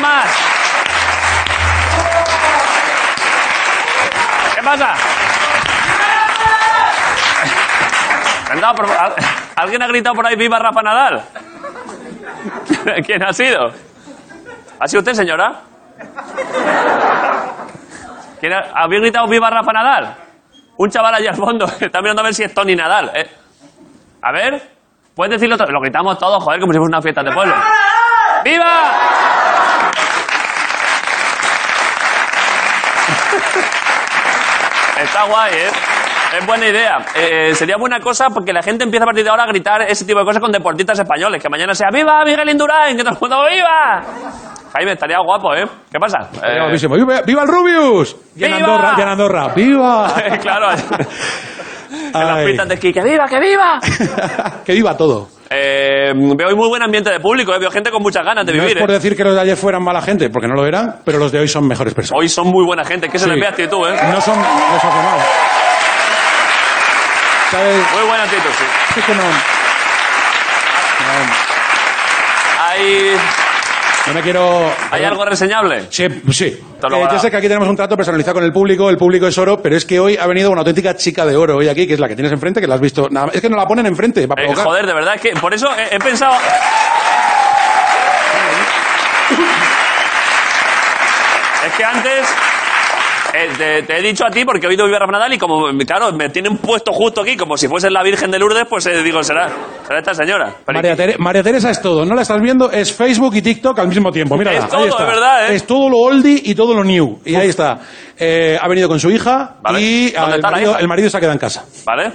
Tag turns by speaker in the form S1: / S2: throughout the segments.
S1: más. ¿Qué pasa? Venga, por favor. ¿Alguien ha gritado por ahí viva Rafa Nadal? ¿Quién ha sido? ¿Ha sido usted, señora? ¿Quién ha- ¿Habéis gritado viva Rafa Nadal? Un chaval allá al fondo que está mirando a ver si es Tony Nadal. eh. A ver, ¿puedes decirlo otra- Lo gritamos todos, joder, como si fuese una fiesta de pueblo. ¡Viva! Está guay, ¿eh? Es buena idea. Eh, eh, sería buena cosa porque la gente empieza a partir de ahora a gritar ese tipo de cosas con deportistas españoles. Que mañana sea ¡Viva Miguel Indurain! ¡Que todo el mundo viva! Jaime, estaría guapo, ¿eh? ¿Qué pasa?
S2: Estaría
S1: Eh,
S2: guapísimo. ¡Viva, viva el Rubius! Y
S1: ¡Viva!
S2: en Andorra, y en Andorra. ¡Viva!
S1: claro. en las
S2: Ay.
S1: pistas de esquí. ¡Que viva, que viva!
S2: que viva todo.
S1: Eh, veo hoy muy buen ambiente de público, eh. veo gente con muchas ganas de
S2: No es
S1: vivir.
S2: por
S1: eh.
S2: decir que los de ayer fueran mala gente, porque no lo eran, pero los de hoy son mejores personas.
S1: Hoy son muy buena gente, es que se
S2: Sí.
S1: les ve actitud, ¿eh?
S2: No son desaformados. ¿Sabes?
S1: Muy buena actitud, sí.
S2: Es que no, no,
S1: ¿Hay,
S2: no me quiero...
S1: ¿hay algo reseñable?
S2: Sí, sí.
S1: luego,
S2: Eh,
S1: ahora.
S2: yo sé que aquí tenemos un trato personalizado con el público, el público es oro, pero es que hoy ha venido una auténtica chica de oro hoy aquí, que es la que tienes enfrente, que la has visto. nada- es que no la ponen enfrente, va a
S1: Eh,
S2: provocar.
S1: joder, de verdad, es que por eso he, he pensado... Es que antes eh, te, te he dicho a ti, porque he oído Viva Rafa Nadal y como, claro, me tienen puesto justo aquí, como si fuese la Virgen de Lourdes, pues eh, digo, será, será esta señora. Pero-
S2: María, Tere- María Teresa es todo, no la estás viendo, es Facebook y TikTok al mismo tiempo, mírala.
S1: Es
S2: ahí
S1: todo,
S2: está.
S1: es verdad, ¿eh?
S2: Es todo lo oldie y todo lo new. Y ahí está. Eh, ha venido con su hija
S1: Vale.
S2: y
S1: ¿Dónde
S2: al
S1: está la
S2: marido,
S1: hija?
S2: el marido se ha quedado en casa.
S1: ¿Vale?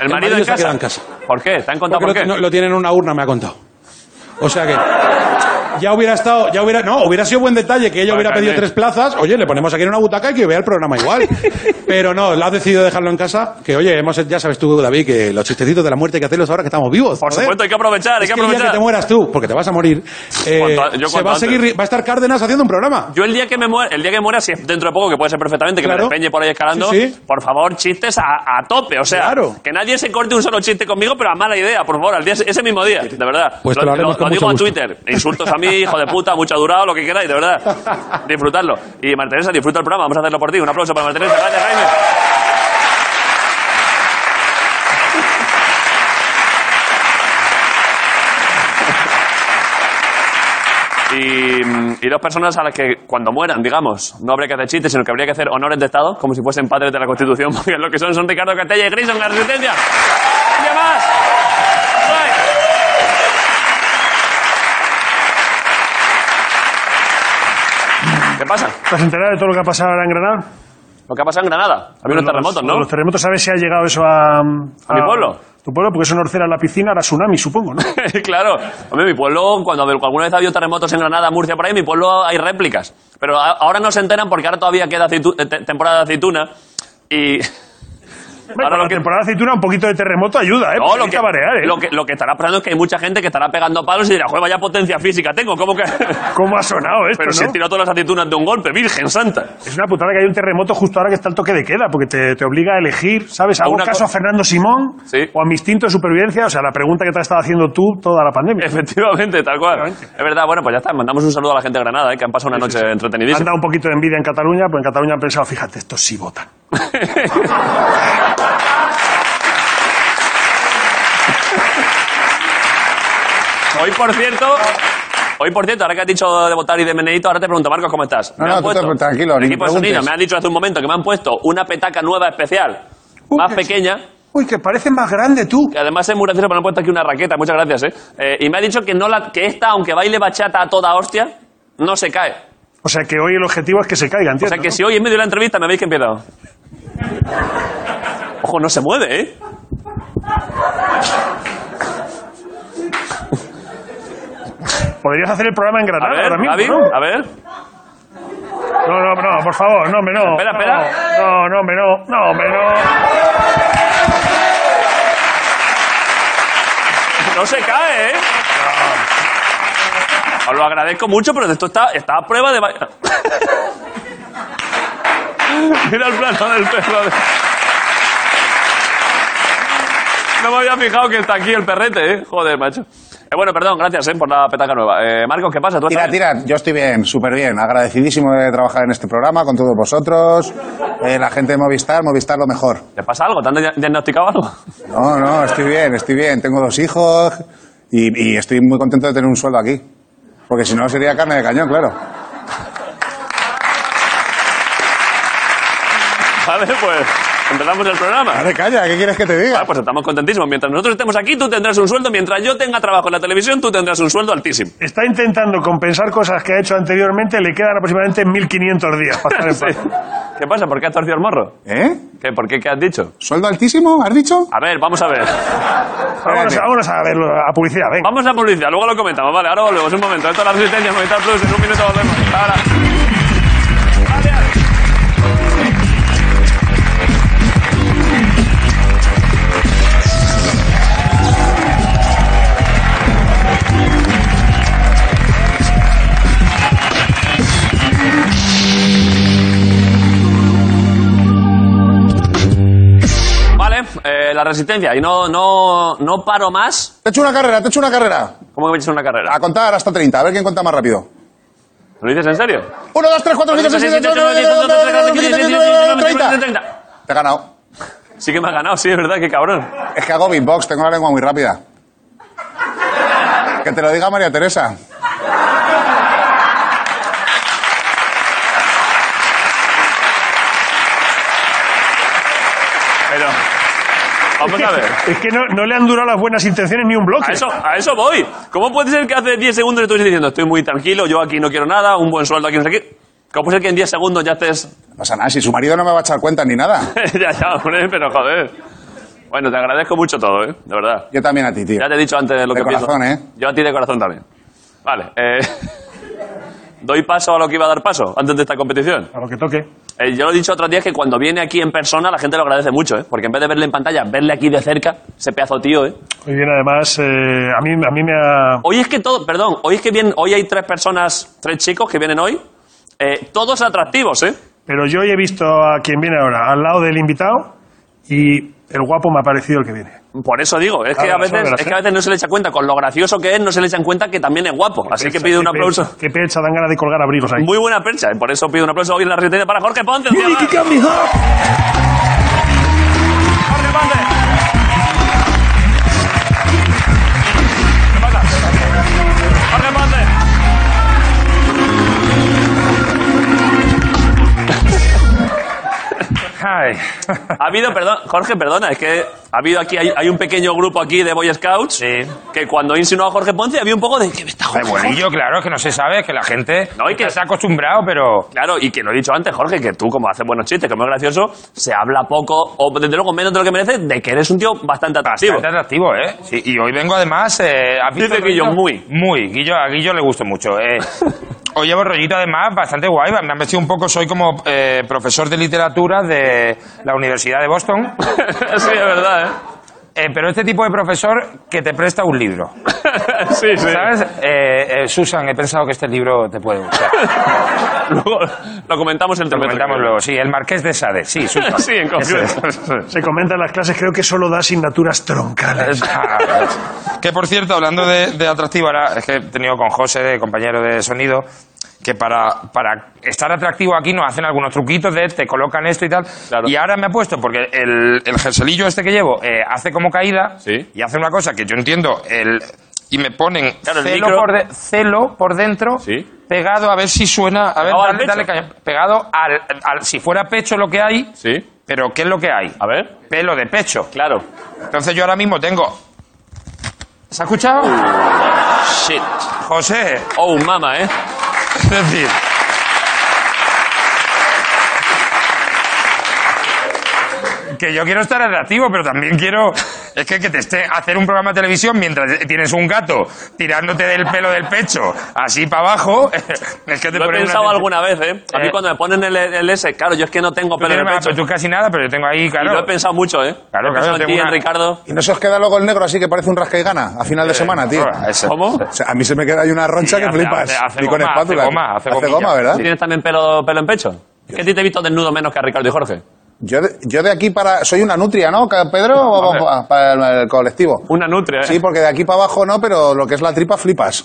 S1: El marido,
S2: marido
S1: en,
S2: se ha
S1: casa?
S2: quedado en casa.
S1: ¿Por qué? ¿Te han contado
S2: Porque
S1: por
S2: lo,
S1: qué?
S2: no, lo tienen en una urna, me ha contado. O sea que. Ya hubiera estado, ya hubiera, no, hubiera sido buen detalle que ella
S1: Vale,
S2: hubiera pedido
S1: Carmen.
S2: tres plazas. Oye, le ponemos aquí en una butaca y que vea el programa igual. Pero no, la has decidido dejarlo en casa. Que oye, hemos, ya sabes tú, David, que los chistecitos de la muerte hay que hacerlos ahora que estamos vivos.
S1: Por
S2: joder.
S1: supuesto, hay que aprovechar, hay
S2: Es
S1: que
S2: que el día
S1: aprovechar.
S2: que te mueras tú, porque te vas a morir, eh,
S1: Cuanto a- yo
S2: se
S1: cuanto
S2: va a
S1: antes.
S2: seguir, va a estar Cárdenas haciendo un programa.
S1: Yo el día que me muera, el día que muera, si es dentro de poco, que puede ser perfectamente, que me
S2: Claro.
S1: despeñe por ahí escalando,
S2: Sí, sí.
S1: por favor, chistes a, a tope. O sea,
S2: Claro.
S1: que nadie se corte un solo chiste conmigo, pero a mala idea, por favor, al día, ese mismo día, de verdad.
S2: Pues te lo haremos con mucho
S1: digo
S2: gusto.
S1: a Twitter. Insultos a mí, hijo de puta, mucho ha durado, lo que queráis, de verdad. Disfrutarlo. Y Marta Teresa, disfruta el programa, vamos a hacerlo por ti. Un aplauso para Marta Teresa. Gracias, Jaime. Y, mm, y dos personas a las que cuando mueran, digamos, no habría que hacer chistes, sino que habría que hacer honores de Estado, como si fuesen padres de la Constitución, porque lo que son son Ricardo Castella y Grison, la resistencia. ¿Qué más? ¡Ay! ¿Qué pasa?
S3: ¿Te has enterado de todo lo que ha pasado ahora en Granada?
S1: Lo que ha pasado en Granada. Ha habido unos terremotos,
S3: Los-
S1: ¿no?
S3: Los terremotos, ¿sabes si ha llegado eso a... ¿A,
S1: mi pueblo?
S3: Tu pueblo, porque eso no era la piscina, era tsunami, supongo, ¿no?
S1: claro. Hombre, mi pueblo, cuando alguna vez ha habido terremotos en Granada, Murcia, por ahí, mi pueblo hay réplicas. Pero a- ahora no se enteran porque ahora todavía queda aceitu- eh, te- temporada de aceituna. Y
S3: Hombre,
S1: Ahora
S3: con
S1: lo
S3: la
S1: que-
S3: temporada de aceituna, un poquito de terremoto ayuda, ¿eh?
S1: No,
S3: Porque
S1: lo
S3: hay
S1: que,
S3: que variar, ¿eh?
S1: lo, que, lo que estará pasando es que hay mucha gente que estará pegando palos y dirá, joder, vaya potencia física tengo, ¿cómo que...?
S3: ¿Cómo ha sonado esto,
S1: Pero si he
S3: no?
S1: tirado todas las aceitunas de un golpe, virgen santa.
S3: Es una putada que hay un terremoto justo ahora que está el toque de queda, porque te, te obliga a elegir, ¿sabes? ¿Hago
S1: Alguna
S3: caso
S1: co-
S3: a Fernando Simón
S1: Sí.
S3: o a mi instinto de supervivencia? O sea, la pregunta que te has estado haciendo tú toda la pandemia.
S1: Efectivamente, tal cual. Es verdad, bueno, pues ya está, mandamos un saludo a la gente de Granada, ¿eh? que han pasado una noche
S3: Han
S1: entretenidísima.
S3: dado un poquito de envidia en Cataluña, porque en Cataluña han pensado, fíjate, estos sí votan.
S1: Hoy, por cierto... Hoy, por cierto, ahora que has dicho de votar y de meneito, ahora te pregunto, Marcos, ¿cómo estás?
S4: No, no, tú te- tranquilo,
S1: el
S4: ni
S1: equipo de
S4: preguntes.
S1: sonido me han dicho hace un momento que me han puesto una petaca nueva especial,
S3: Uh,
S1: más
S3: qué-
S1: pequeña,
S3: Uy, que parece más grande tú.
S1: que además es muy gracioso, pero me han puesto aquí una raqueta, muchas gracias, ¿eh? Eh, y me ha dicho que, no la, que esta, aunque baile bachata a toda hostia, no se cae.
S3: O sea, que hoy el objetivo es que se caiga,
S1: O
S3: ¿entiendes?
S1: sea que si hoy en medio de la entrevista me veis que he empezado. Ojo, no se mueve, ¿eh?
S3: Podrías hacer el programa en
S1: A
S3: Granada
S1: ver,
S3: ahora mismo,
S1: Gaby,
S3: ¿no?
S1: a ver.
S3: No, no, no, por favor, no, hombre, no.
S1: Espera,
S3: no,
S1: espera.
S3: No, no, hombre, no. No, hombre, no.
S1: No se cae, ¿eh? Os lo agradezco mucho, pero esto está, está a prueba de... ba- Mira el plano del perro. de- No me había fijado que está aquí el perrete, ¿eh? Joder, macho. Eh, bueno, perdón, gracias eh, por la petaca nueva. Eh, Marcos, ¿qué pasa? ¿Tú
S4: Tira,
S1: estás bien?
S4: tira, yo estoy bien, súper bien, agradecidísimo de trabajar en este programa con todos vosotros, eh, la gente de Movistar, Movistar lo mejor.
S1: ¿Te pasa algo? ¿Te han dia- diagnosticado algo?
S4: No, no, estoy bien, estoy bien, tengo dos hijos y, y estoy muy contento de tener un sueldo aquí, porque si no sería carne de cañón, claro.
S1: Vale, pues empezamos el programa.
S4: Dale, calla, ¿qué quieres que te diga?
S1: Ah, pues estamos contentísimos. Mientras nosotros estemos aquí, tú tendrás un sueldo. Mientras yo tenga trabajo en la televisión, tú tendrás un sueldo altísimo.
S3: Está intentando compensar cosas que ha hecho anteriormente, le quedan aproximadamente 1500 días para
S1: Sí.
S3: estar en paz.
S1: pues, ¿Qué pasa? ¿Por qué has torcido el morro?
S4: ¿Eh?
S1: ¿Qué? ¿Por qué? ¿Qué has dicho?
S4: ¿Sueldo altísimo, has dicho?
S1: A ver, vamos a ver.
S3: Vámonos, vámonos a verlo, a publicidad, venga.
S1: Vamos a publicidad, luego lo comentamos. Vale, ahora volvemos un momento. Esto es la resistencia, Movistar Plus. En un minuto volvemos. Hasta ahora. Vale, eh, la resistencia. Y no, no, no paro más
S4: Te he hecho una carrera, te he hecho una carrera.
S1: ¿Cómo que me echas una carrera?
S4: A contar hasta 30, a ver quién cuenta más rápido.
S1: ¿Lo dices en serio?
S4: 1, 2, 3, 4, 5, 6, 7, 8, 9, 10, 11, 12, 13, 14, 15, 16, 17, 18, 19, 20. Te he ganado.
S1: Sí que me ha ganado, sí, es verdad, qué cabrón.
S4: Es que hago beatbox, tengo la lengua muy rápida. Que te lo diga María Teresa.
S1: Pero. Vamos a ver.
S3: Es que no, no le han durado las buenas intenciones ni un
S1: A
S3: bloque.
S1: eso, a eso voy. ¿Cómo puede ser que hace 10 segundos estuviese diciendo estoy muy tranquilo, yo aquí no quiero nada, un buen sueldo aquí no sé qué? ¿Cómo puede ser que en 10 segundos ya estés.
S4: No pasa nada, si su marido no me va a echar cuenta ni nada.
S1: ya, ya, hombre, pero joder. Bueno, te agradezco mucho todo, ¿eh? De verdad.
S4: Yo también a ti, tío.
S1: Ya te he dicho antes lo
S4: De
S1: que pienso.
S4: corazón, ¿eh?
S1: Yo a ti de corazón también. Vale, eh. Doy paso a lo que iba a dar paso antes de esta competición.
S3: A lo que toque.
S1: Eh, yo lo he dicho otros días que cuando viene aquí en persona la gente lo agradece mucho, ¿eh? Porque en vez de verle en pantalla, verle aquí de cerca, ese pedazo de tío, ¿eh?
S3: Muy bien, además, eh, a, mí, a mí me ha...
S1: Hoy es que todo, perdón, hoy es que vienen, hoy hay tres personas, tres chicos que vienen hoy, eh, todos atractivos, ¿eh?
S3: Pero yo hoy he visto a quien viene ahora, al lado del invitado, y el guapo me ha parecido el que viene.
S1: Por eso digo, es que,
S3: Claro,
S1: a
S3: eso
S1: veces,
S3: verás,
S1: es que
S3: ¿eh?
S1: a veces no se le echa cuenta, con lo gracioso que es, no se le echan cuenta que también es guapo. Así que pido un aplauso.
S3: Qué pecha, dan ganas de colgar abrigos ahí.
S1: Muy buena percha, ¿eh? por eso pido un aplauso hoy en la resistencia para Jorge Ponce. un día más. Jorge Ponce. ¿Qué pasa? Jorge Ponce.
S3: Ay.
S1: Ha habido, perdón, Jorge, perdona, es que ha habido aquí, hay, hay un pequeño grupo aquí de Boy Scouts que cuando he insinuado a Jorge Ponce había un poco de que me está
S5: De
S1: jugando.
S5: buenillo, claro, es que no se sabe, es que la gente
S1: No, y que-
S5: se ha acostumbrado, pero...
S1: Claro, y que lo he dicho antes, Jorge, que tú, como haces buenos chistes, que es muy gracioso, se habla poco, o desde luego menos de lo que mereces, de que eres un tío bastante atractivo.
S5: Bastante atractivo, ¿eh? Sí, y hoy vengo además... Eh, ¿has visto
S1: Dice
S5: el
S1: Guillo,
S5: rollito?
S1: muy.
S5: Muy, Guillo, a Guillo le gustó mucho. Eh. hoy llevo rollito además bastante guay, me han vestido un poco, soy como eh, profesor de literatura de la Universidad de Boston,
S1: sí, es verdad, ¿eh?
S5: eh, pero este tipo de profesor que te presta un libro.
S1: sí, sí.
S5: ¿Sabes? Eh, eh, Susan, he pensado que este libro te puede gustar.
S1: Luego lo comentamos el
S5: Lo
S1: tema.
S5: comentamos luego, sí, el Marqués de Sade, sí, Susan.
S1: Sí, en concreto.
S3: Se comenta en las clases, creo que solo da asignaturas troncales.
S5: que por cierto, hablando de, de atractivo, ahora es que he tenido con José, de compañero de sonido, que para, para estar atractivo aquí nos hacen algunos truquitos de te colocan esto y tal.
S1: Claro.
S5: Y ahora me ha puesto, porque el, el jerselillo este que llevo eh, hace como caída
S1: Sí.
S5: y hace una cosa que yo entiendo, el, y me ponen
S1: Claro, el
S5: celo,
S1: micro.
S5: por de- celo por dentro.
S1: Sí.
S5: Pegado a ver si suena. A ver,
S1: Pegado al
S5: dale, dale,
S1: pecho.
S5: caña. Pegado al, al- Si fuera pecho lo que hay.
S1: Sí.
S5: Pero ¿qué es lo que hay?
S1: A ver,
S5: Pelo de pecho.
S1: claro.
S5: Entonces yo ahora mismo tengo. ¿Se ha escuchado?
S1: Shit.
S5: José,
S1: Oh, mama, ¿eh?
S5: es decir. Que yo quiero estar atractivo, pero también quiero. Es que, que te esté hacer un programa de televisión mientras tienes un gato tirándote del pelo del pecho así para abajo. Es que te
S1: Lo he
S5: pone una
S1: pensado
S5: tensión.
S1: alguna vez, ¿eh? A mí
S5: Eh.
S1: cuando me ponen el, el S, claro, yo es que no tengo
S5: Tú
S1: pelo en el
S5: tienes más-
S1: pecho.
S5: tú casi nada, pero yo tengo ahí,
S1: Y lo he
S5: claro.
S1: pensado mucho, ¿eh?
S5: Claro,
S1: he
S5: claro,
S1: pensado en
S5: tengo
S1: ti, en
S5: una-
S1: Ricardo.
S4: Y no se os queda luego el negro así que parece un rasca y gana a
S5: Eh,
S4: final de semana, tío.
S5: Ahora, ese.
S1: ¿Cómo?
S4: O sea, a mí se me queda ahí una roncha
S5: Sí,
S4: que
S5: hace-
S4: flipas.
S5: hace- hace
S4: y con
S5: goma, hace
S4: espátula.
S5: goma, hace gomilla.
S4: ¿verdad?
S1: ¿Tienes también pelo, pelo en pecho? Es que a ti te he visto desnudo menos que a Ricardo y Jorge.
S4: Yo de, yo de aquí para... Soy una nutria, ¿no, Pedro? O
S1: Hombre.
S4: pa- para el colectivo.
S1: Una nutria, ¿eh?
S4: Sí, porque de aquí para abajo no, pero lo que es la tripa flipas.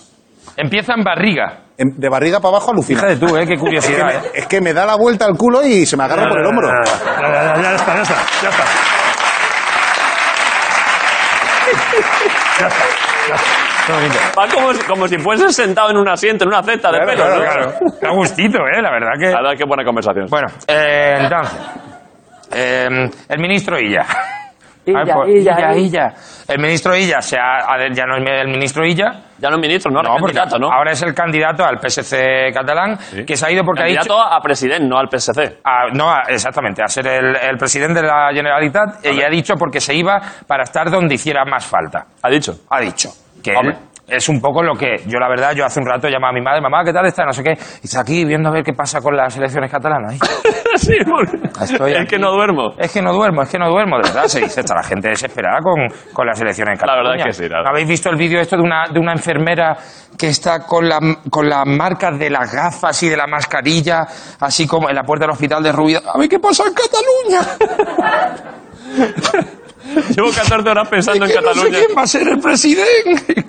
S5: Empieza en barriga.
S4: En- De barriga para abajo alucina.
S5: Fíjate tú, ¿eh? Qué
S4: Es que,
S5: curiosidad.
S4: me, es que me da la vuelta al culo y se me agarra por el hombro.
S3: Ya, ya, ya, ya está, ya está, ya está.
S1: Va como, si- como si fueses sentado en un asiento, en una cesta de pelo.
S5: Claro,
S1: ¿no?
S5: claro. Da gustito, ¿eh? La verdad que...
S1: La verdad, qué buena conversación.
S5: Bueno, eh, entonces. eh, el ministro Illa.
S6: Illa,
S5: Ah, pues,
S6: Illa, Illa.
S5: El ministro Illa se ha- a ver, ya no es el ministro Illa.
S1: ya no es ministro, ¿no? Ahora es
S5: porque
S1: candidato, ¿no?
S5: ahora es el candidato al PSC catalán, que se ha ido porque ha
S1: Candidato
S5: dicho...
S1: a presidente, no al PSC.
S5: a- no, a- exactamente, a ser el, el presidente de la Generalitat y ha dicho porque se iba para estar donde hiciera más falta.
S1: Ha dicho.
S5: ha dicho que él
S1: Hombre.
S5: es un poco lo que yo la verdad yo hace un rato llamaba a mi madre mamá qué tal está no sé qué y está aquí viendo a ver qué pasa con las elecciones catalanas
S1: sí, porque-
S5: Estoy
S1: es
S5: aquí.
S1: que no duermo.
S5: es que no duermo es que no duermo de verdad se dice está la gente desesperada con, con las elecciones en
S1: La
S5: Cataluña
S1: verdad es que sí, la verdad.
S5: ¿No habéis visto el vídeo esto de una de una enfermera que está con la con las marcas de las gafas y de la mascarilla así como en la puerta del hospital de Rubio a ver qué pasa en Cataluña
S1: Llevo 14 horas pensando en
S5: que no sé
S1: Cataluña.
S5: quién va a ser el presidente.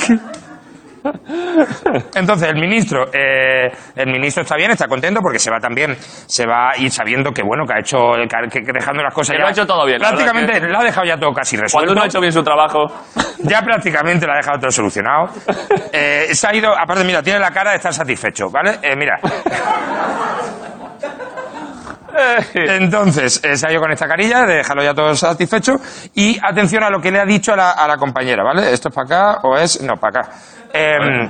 S5: Entonces, el ministro, eh, el ministro está bien, está contento porque se va también, se va y sabiendo que bueno, que ha hecho, que, que dejando las cosas
S1: Que
S5: ya-
S1: lo ha hecho todo bien, la verdad
S5: Prácticamente lo ha dejado ya todo casi
S1: Cuando
S5: resuelto.
S1: uno ha hecho bien su trabajo,
S5: Ya prácticamente lo ha dejado todo solucionado. Eh, se ha ido, aparte, mira, tiene la cara de estar satisfecho, ¿vale? Eh, mira, Eh. entonces, eh, se ha ido con esta carilla, de dejarlo ya todo satisfecho. Y atención a lo que le ha dicho a la, a la compañera, ¿vale? ¿Esto es para acá o es.? No, para acá. Em,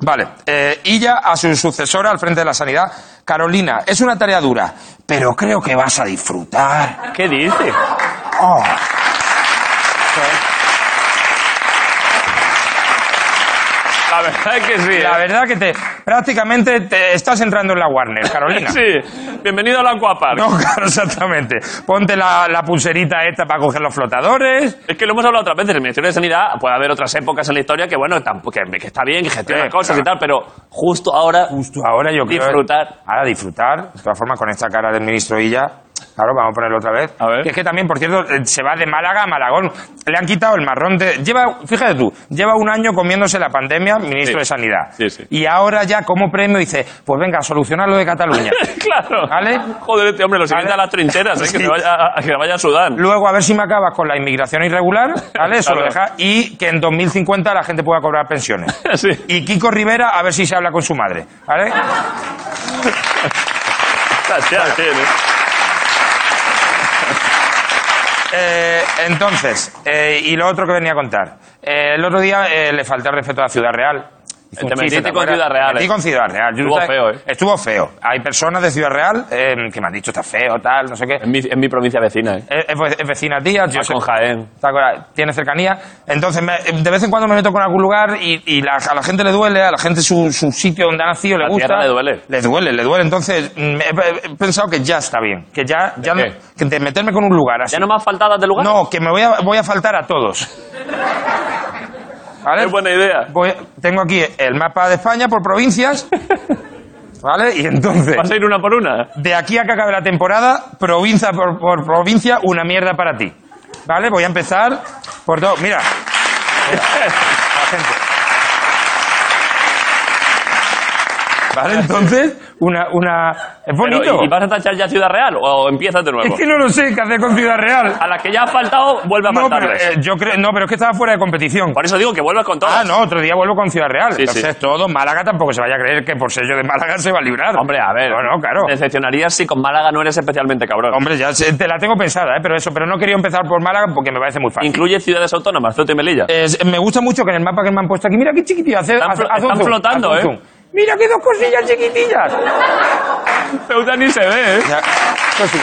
S5: vale. eh, y ya a su sucesora al frente de la sanidad, Carolina. Es una tarea dura, pero creo que vas a disfrutar.
S1: ¿qué dice?
S5: Oh.
S1: La verdad es que sí. ¿eh?
S5: La verdad que te prácticamente te estás entrando en la Warner, Carolina.
S1: Sí. Bienvenido al Aquapark.
S5: No, claro, exactamente. Ponte la, la pulserita esta para coger los flotadores.
S1: Es que lo hemos hablado otras veces. El Ministerio de Sanidad puede haber otras épocas en la historia que, bueno, tampoco, que, que está bien, que gestiona
S5: Eh,
S1: cosas
S5: claro.
S1: y tal, pero justo ahora.
S5: Justo ahora yo creo...
S1: Disfrutar.
S5: Ahora disfrutar. De todas formas, con esta cara del ministro Illa... Claro, vamos a ponerlo otra vez.
S1: A ver.
S5: Que es que también, por cierto, eh, se va de Málaga a Malagón. Le han quitado el marrón de... Lleva, fíjate tú, lleva un año comiéndose la pandemia, ministro
S1: Sí.
S5: de Sanidad.
S1: Sí, sí.
S5: Y ahora ya como premio dice, pues venga, a solucionar lo de Cataluña.
S1: claro.
S5: ¿Vale?
S1: Joder, este hombre, lo siguiente
S5: ¿Vale?
S1: a las trincheras, ¿eh? que,
S5: Sí.
S1: se vaya, a, a- que vaya a Sudán.
S5: Luego, a ver si me acabas con la inmigración irregular, ¿vale? Eso lo
S1: Claro.
S5: deja. Y que en 2050 la gente pueda cobrar pensiones.
S1: Sí.
S5: Y Kiko Rivera, a ver si se habla con su madre, ¿vale?
S1: Está- está bien, ¿eh?
S5: Eh, entonces, eh, y lo otro que venía a contar. Eh, el otro día eh, le falté el respeto a la Ciudad Real. Hice
S1: Te
S5: un chiste,
S1: metiste con
S5: acuerdas?
S1: Ciudad Real,
S5: Me metí
S1: eh.
S5: con Ciudad Real. Yo,
S1: Estuvo
S5: ¿sabes?
S1: feo, eh.
S5: Estuvo feo. Hay personas de Ciudad Real eh, que me han dicho, está feo, tal, no sé qué.
S1: En mi, en mi provincia vecina, ¿eh?
S5: Es, es- es vecina tía, yo sé-
S1: con Jaén.
S5: Está con la- tiene cercanía. Entonces, me- de vez en cuando me meto con algún lugar y, y la- a la gente le duele, a la gente su, su sitio donde ha nacido le
S1: La
S5: gusta.
S1: tierra le duele.
S5: Le duele, le duele. Entonces, mm, he, he pensado que ya está bien. Que ya, ya no,
S1: qué?
S5: que de meterme con un lugar así.
S1: ¿Ya no más faltadas de lugar?
S5: No, que me voy a, voy a faltar a todos. ¿Vale?
S1: Es buena idea.
S5: Voy- tengo aquí el mapa de España por provincias. ¿Vale? Y entonces.
S1: ¿Vas a ir una por una?
S5: De aquí a que acabe la temporada, provincia por, por provincia, una mierda para ti. ¿Vale? Voy a empezar por todo. Mira. Mira, la gente. ¿Vale? Entonces, una. una... Es
S1: Pero,
S5: bonito.
S1: ¿y, y vas a tachar ya Ciudad Real o empiezas de nuevo?
S5: Es que no lo sé qué hacer con Ciudad Real.
S1: A las que ya ha faltado, vuelve a
S5: No, pero,
S1: faltarles.
S5: eh, yo creo, no, pero es que estaba fuera de competición.
S1: Por eso digo que vuelvas con todo.
S5: Ah, no, otro día vuelvo con Ciudad Real.
S1: Sí,
S5: Entonces, todo Málaga tampoco se vaya a creer que por ser yo de Málaga se va a librar.
S1: Hombre, a ver.
S5: No, no, claro.
S1: Te decepcionarías si con Málaga no eres especialmente cabrón.
S5: Hombre, ya se- te la tengo pensada, ¿eh? pero eso, pero no quería empezar por Málaga porque me parece muy fácil.
S1: Incluye ciudades autónomas, Ceuta y Melilla.
S5: Es- me gusta mucho que en el mapa que me han puesto aquí, mira qué chiquitito, hace,
S1: Están
S5: hace-
S1: flo-
S5: hace un
S1: están
S5: zoom,
S1: flotando,
S5: hace un
S1: ¿eh?
S5: zoom. Mira qué dos cosillas chiquitillas.
S1: Ceuta ni se ve, ¿eh?
S5: Ya, cosilla.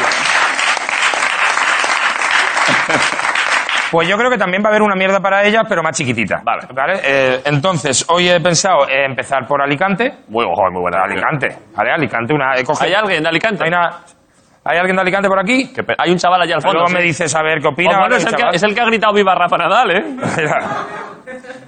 S5: Pues yo creo que también va a haber una mierda para ellas, pero más chiquitita.
S1: Vale.
S5: Eh, entonces, hoy he pensado eh, empezar por Alicante.
S1: Muy, joder, muy buena.
S5: Alicante. Vale, Alicante, una. He cogido-
S1: ¿Hay alguien de Alicante?
S5: eh, ¿Hay, una- ¿Hay alguien de Alicante por aquí?
S1: Que pe- Hay un chaval allá al fondo.
S5: Luego
S1: sí.
S5: me dices a ver qué
S1: Oh,
S5: opina.
S1: bueno,
S5: ¿vale,
S1: es el, que,
S5: chaval?
S1: es el que ha gritado viva Rafa Nadal, ¿eh?
S5: Mira.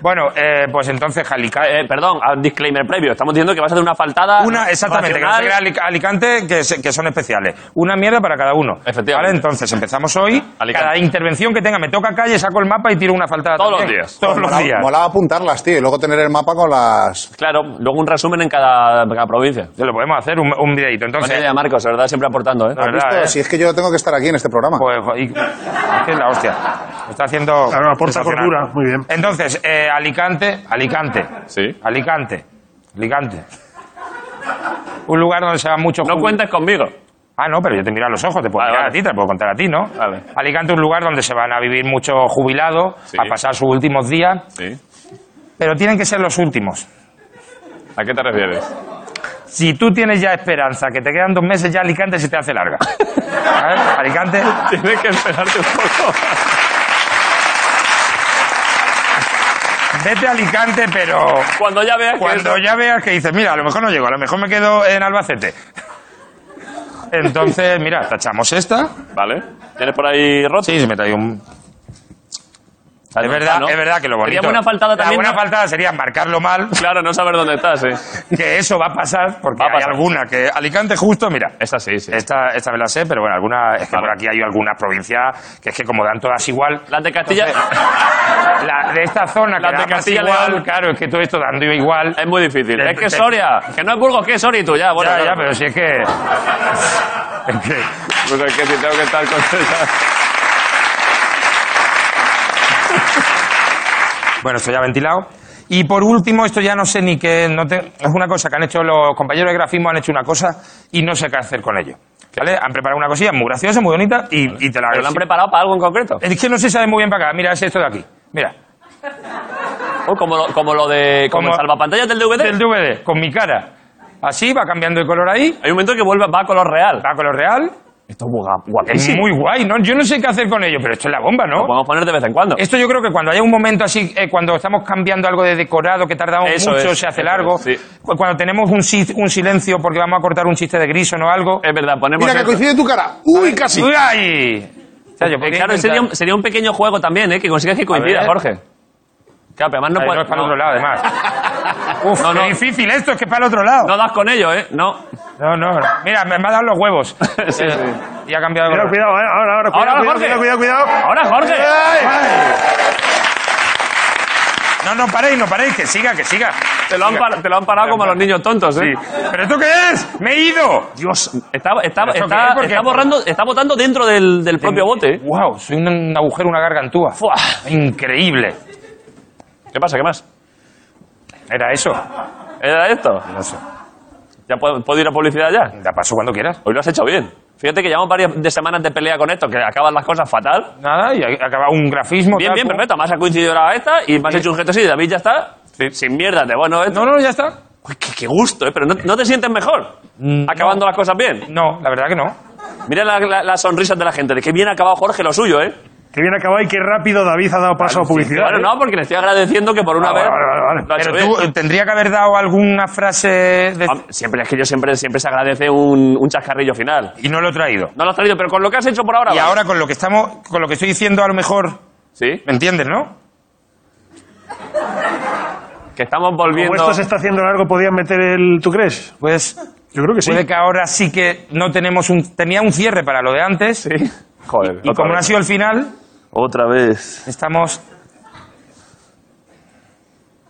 S5: Bueno, eh, pues entonces Jalica.
S1: Eh, perdón, a- disclaimer previo. Estamos diciendo que vas a hacer una faltada.
S5: Una, exactamente, que no se
S1: racional.
S5: crea Alic- Alicante, que, se- que son especiales. Una mierda para cada uno.
S1: Efectivamente.
S5: Vale, entonces empezamos hoy.
S1: Alicante.
S5: Cada intervención que tenga, me toca calle, saco el mapa y tiro una faltada.
S1: Todos los
S5: también.
S1: días.
S5: Todos los
S4: Molaba-
S5: días.
S4: Molaba apuntarlas, tío, y luego tener el mapa con las...
S1: Claro, luego un resumen en cada, cada provincia.
S5: Lo podemos hacer un, un videito.
S1: Buena
S5: Entonces,
S1: idea, Marcos, la verdad, siempre aportando, ¿eh?
S5: La verdad,
S4: Pero
S5: eh.
S4: Si es que yo tengo que estar aquí en este programa.
S5: Pues, jo- y- es que es la hostia. Lo Está haciendo.
S3: Claro, aporta
S5: sensacional.
S3: cordura, muy bien.
S5: Entonces, eh, Alicante, Alicante.
S1: Sí.
S5: Alicante. Alicante. Un lugar donde se va mucho
S1: No
S5: ju-
S1: cuentes conmigo.
S5: Ah, no, pero yo te miro a los ojos, te puedo
S1: Vale,
S5: mirar
S1: vale.
S5: a ti, te puedo contar a ti, ¿no?
S1: Vale.
S5: Alicante es un lugar donde se van a vivir muchos jubilados,
S1: Sí.
S5: a pasar sus últimos días,
S1: Sí.
S5: pero tienen que ser los últimos.
S1: ¿A qué te refieres?
S5: Si tú tienes ya esperanza que te quedan dos meses, ya Alicante se te hace larga. ¿Sabes? Alicante.
S1: Tienes que esperarte un poco.
S5: Vete a Alicante, pero.
S1: Cuando ya veas que.
S5: Cuando
S1: es-
S5: ya veas que dices, mira, a lo mejor no llego, a lo mejor me quedo en Albacete. Entonces, mira, tachamos esta.
S1: Vale. ¿Tienes por ahí roto?
S5: Sí, se me trae un. Es verdad,
S1: ¿no?
S5: es verdad que lo bonito.
S1: Sería buena faltada
S5: La
S1: también.
S5: buena
S1: ¿no?
S5: faltada sería marcarlo mal,
S1: Claro, no saber dónde estás, ¿eh? sí.
S5: que eso va a pasar, porque
S1: Va a
S5: hay
S1: pasar.
S5: alguna que. Alicante, justo, mira.
S1: Esa sí, sí.
S5: Esta, esta me la sé, pero bueno, alguna, es que
S1: Vale.
S5: por aquí hay algunas provincias que es que como dan todas igual.
S1: Las de Castilla
S5: la- de esta zona
S1: Las
S5: que
S1: de
S5: dan más
S1: Castilla le
S5: igual,
S1: dan-
S5: claro, es que todo esto dando igual.
S1: es muy difícil.
S5: Te-
S1: Es que
S5: te-
S1: Soria, que no es Burgos, que es Soria y tú ya. Bueno,
S5: ya, ya,
S1: claro.
S5: pero si es que. es que
S1: Pues es que si tengo que estar con esa-
S5: Bueno, esto ya ventilado. Y por último, esto ya no sé ni qué. No te- es una cosa que han hecho los compañeros de grafismo, han hecho una cosa y no sé qué hacer con ello. ¿Vale? Han preparado una cosilla muy graciosa, muy bonita y, y te la
S1: ¿Pero lo han preparado para algo en concreto?
S5: Es que no se sabe muy bien para acá. Mira, es esto de aquí. Eh, Mira.
S1: Oh, como, lo, como lo de... Como,
S5: Como-
S1: el salvapantallas del DVD.
S5: Del DVD, con mi cara. Así, va cambiando de color ahí.
S1: Hay un momento que vuelve, va a color real.
S5: Va a color real.
S1: Esto es muy guap-
S5: Es
S1: guapísimo.
S5: muy guay, ¿no? Yo no sé qué hacer con ello, pero esto es la bomba, ¿no?
S1: Lo podemos poner de vez en cuando.
S5: Esto yo creo que cuando haya un momento así, eh, cuando estamos cambiando algo de decorado que tardamos
S1: Eso
S5: mucho,
S1: es,
S5: se hace
S1: eso
S5: largo,
S1: es, sí.
S5: cu- cuando tenemos un, si- un silencio porque vamos a cortar un chiste de Grison o algo.
S1: Es verdad, ponemos...
S4: Mira que
S1: esto.
S4: coincide tu cara. Uy, casi.
S5: ¡Uy, ay! O sea, yo
S1: Eh,
S5: podría
S1: claro,
S5: intentar-
S1: sería un, sería un pequeño juego también, ¿eh? Que consigas que coincida,
S5: ver.
S1: Jorge. Claro, pero además no
S5: Ay,
S1: puedes...
S5: no es para el otro lado, además. Uf,
S1: No,
S5: qué
S1: no.
S5: difícil esto, es que es para el otro lado.
S1: No das con ello, ¿eh? No.
S5: No, no. Mira, me, me ha dado los huevos.
S1: Sí,
S5: Eh,
S1: sí.
S5: Y ha cambiado
S3: Cuidado,
S5: de color.
S3: cuidado, eh, ahora, ahora, cuidado,
S1: Ahora,
S3: cuidado,
S1: Jorge.
S3: cuidado, cuidado, cuidado.
S1: ¡Ahora, Jorge!
S5: Eh, No, no paréis, no paréis, que siga, que siga.
S1: Te lo, han par- te lo han parado como a los niños tontos, ¿eh?
S5: ¿Pero esto qué es? ¡Me he ido!
S1: Dios, está, está,
S5: ¿Pero esto
S1: está-
S5: qué es? ¿Por qué?
S1: está borrando, está botando dentro del, del propio bote. ¿eh?
S5: ¡Wow! Soy un, un agujero, una gargantúa.
S1: Fuah.
S5: Increíble.
S1: ¿Qué pasa? ¿Qué más?
S5: Era eso.
S1: ¿Era esto?
S5: No sé.
S1: ¿Ya puedo, puedo ir a publicidad ya?
S5: La paso cuando quieras.
S1: Hoy lo has hecho bien. Fíjate que llevamos varias de semanas de pelea con esto, que acaban las cosas fatal.
S5: Nada, y ha- acaba un grafismo.
S1: Bien,
S5: tal,
S1: bien,
S5: pum.
S1: perfecto. Además ha coincidido la esta y me has hecho un gesto así. David ya está. Sin mierda, de bueno, esto.
S5: No, no, ya está.
S1: Uy, qué, qué gusto, ¿eh? Pero no, no te sientes mejor
S5: Mm,
S1: acabando
S5: no.
S1: las cosas bien.
S5: No, la verdad que no.
S1: Mira la- la- las sonrisas de la gente, de que bien ha acabado Jorge lo suyo, ¿eh?
S3: Que bien acabado y qué rápido David ha dado paso a publicidad.
S1: Bueno,
S3: ¿eh?
S1: no, porque le estoy agradeciendo que por una
S3: Ah,
S1: vez.
S3: vale, vale, vale.
S1: lo ha hecho
S5: Pero
S1: bien.
S5: tú eh, tendría que haber dado alguna frase de...
S1: Hom- Siempre es que yo siempre, siempre se agradece un, un chascarrillo final.
S5: y no lo he traído.
S1: No lo has traído, pero con lo que has hecho por ahora.
S5: Y
S1: vale.
S5: ahora con lo que estamos, con lo que estoy diciendo a lo mejor,
S1: Sí,
S5: ¿me entiendes, no?
S1: que estamos
S3: Como
S1: volviendo.
S3: esto se está haciendo largo, podían meter el. ¿Tú crees?
S5: Pues
S3: Yo creo que sí.
S5: puede que ahora sí que no tenemos un tenía un cierre para lo de antes
S1: Sí. Joder.
S5: y
S1: otra
S5: como no ha
S1: vez.
S5: sido el final,
S1: Otra vez.
S5: estamos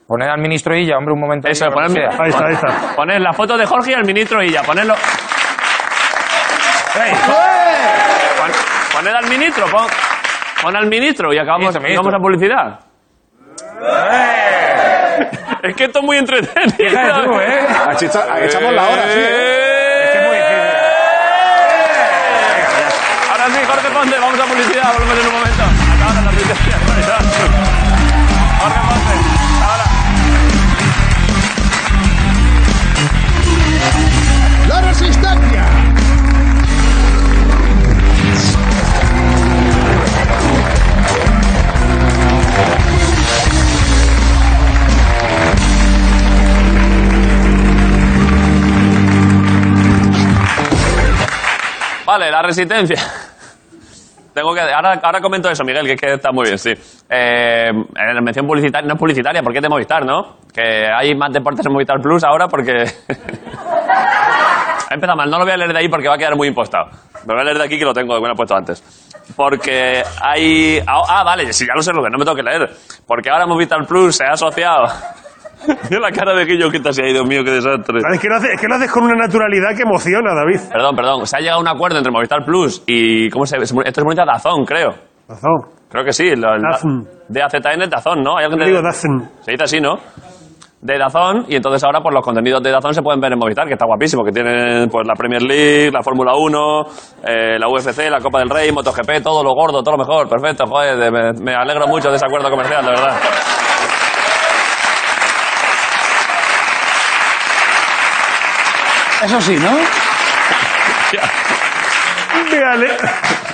S5: poner al ministro Illa, hombre, un momento.
S1: Eso,
S5: ahí, lo que
S1: ponerme-
S5: sea.
S3: Ahí está, ahí está.
S1: Poner la foto de Jorge y el ministro Illa. Ponerlo.
S5: Ey,
S1: Pon, poned al ministro. Pon, pon al ministro y acabamos
S5: Ministro, Este ministro.
S1: y vamos a publicidad.
S5: ey,
S1: Es que esto es muy entretenido.
S5: fíjate tú, ¿eh?
S4: Aquí está- aquí echamos la hora,
S1: Eh.
S4: sí.
S5: Es que es muy difícil.
S1: ¡Eh! Ahora sí, Jorge Ponte, vamos a publicidad, volvemos en un momento. Hasta ahora la publicidad. Jorge Ponte, hasta ahora.
S4: La resistencia.
S1: Vale, la resistencia. Tengo que, ahora, ahora comento eso, Miguel, que, es que está muy bien, sí. Eh, eh, la mención publicitaria, no es publicitaria, porque es de Movistar, ¿no? Que hay más deportes en Movistar Plus ahora porque... Ha empezado mal, no lo voy a leer de ahí porque va a quedar muy impostado. Lo voy a leer de aquí que lo tengo, que me lo he puesto antes. Porque hay... Ah, ah, vale, sí, ya lo sé lo que no me tengo que leer. Porque ahora Movistar Plus se ha asociado... Mira la cara de Guillo que te ha Dios mío, qué desastre.
S3: Es que, lo haces, es que lo haces con una naturalidad que emociona, David.
S1: Perdón, perdón. Se ha llegado a un acuerdo entre Movistar Plus y... ¿Cómo se Esto es bonita Dazón, creo.
S3: Razón.
S1: Creo que sí. lo- la-
S3: Dazón.
S1: de AZN Dazón, ¿no? Hay alguien
S3: Yo
S1: de-
S3: digo Dazón.
S1: Se dice así, ¿no? De Dazón, y entonces ahora pues los contenidos de Dazón se pueden ver en Movistar, que está guapísimo, que tienen pues la Premier League, la Fórmula 1, eh, la UFC, la Copa del Rey, MotoGP, todo lo gordo, todo lo mejor, perfecto, joder, de- me, me alegro mucho de ese acuerdo comercial, de verdad.
S4: Eso sí, ¿no?
S3: Me, ale-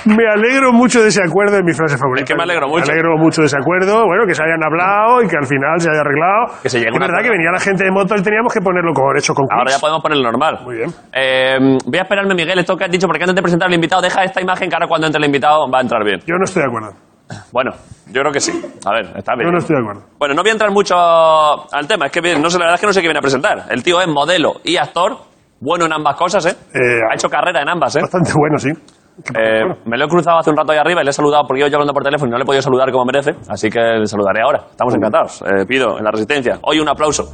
S3: me alegro mucho de ese acuerdo, es mi frase favorita.
S1: Es que me alegro mucho.
S3: Me alegro mucho de ese acuerdo, bueno, que se hayan hablado y que al final se haya arreglado.
S1: Que se llegue a
S3: es
S1: un
S3: verdad
S1: acuerdo.
S3: que venía la gente de motos y teníamos que ponerlo con hecho con
S1: Ahora ya
S3: clips.
S1: podemos ponerlo normal.
S3: Muy bien.
S1: Eh, voy a esperarme, Miguel, esto que has dicho, porque antes de presentar al invitado, deja esta imagen que ahora cuando entre el invitado va a entrar bien.
S3: Yo no estoy de acuerdo.
S1: Bueno, yo creo que sí. A ver, está bien.
S3: Yo no estoy de acuerdo.
S1: Bueno, no voy a entrar mucho al tema, es que no sé, la verdad es que no sé qué viene a presentar. El tío es modelo y actor, bueno en ambas cosas, ¿eh?
S3: Eh,
S1: ha hecho carrera en ambas, ¿eh?
S3: Bastante bueno, sí.
S1: Eh, me lo he cruzado hace un rato ahí arriba y le he saludado porque yo llevo hablando por teléfono y no le he podido saludar como merece, así que le saludaré ahora. Estamos encantados. Eh, pido en la resistencia. Hoy un aplauso.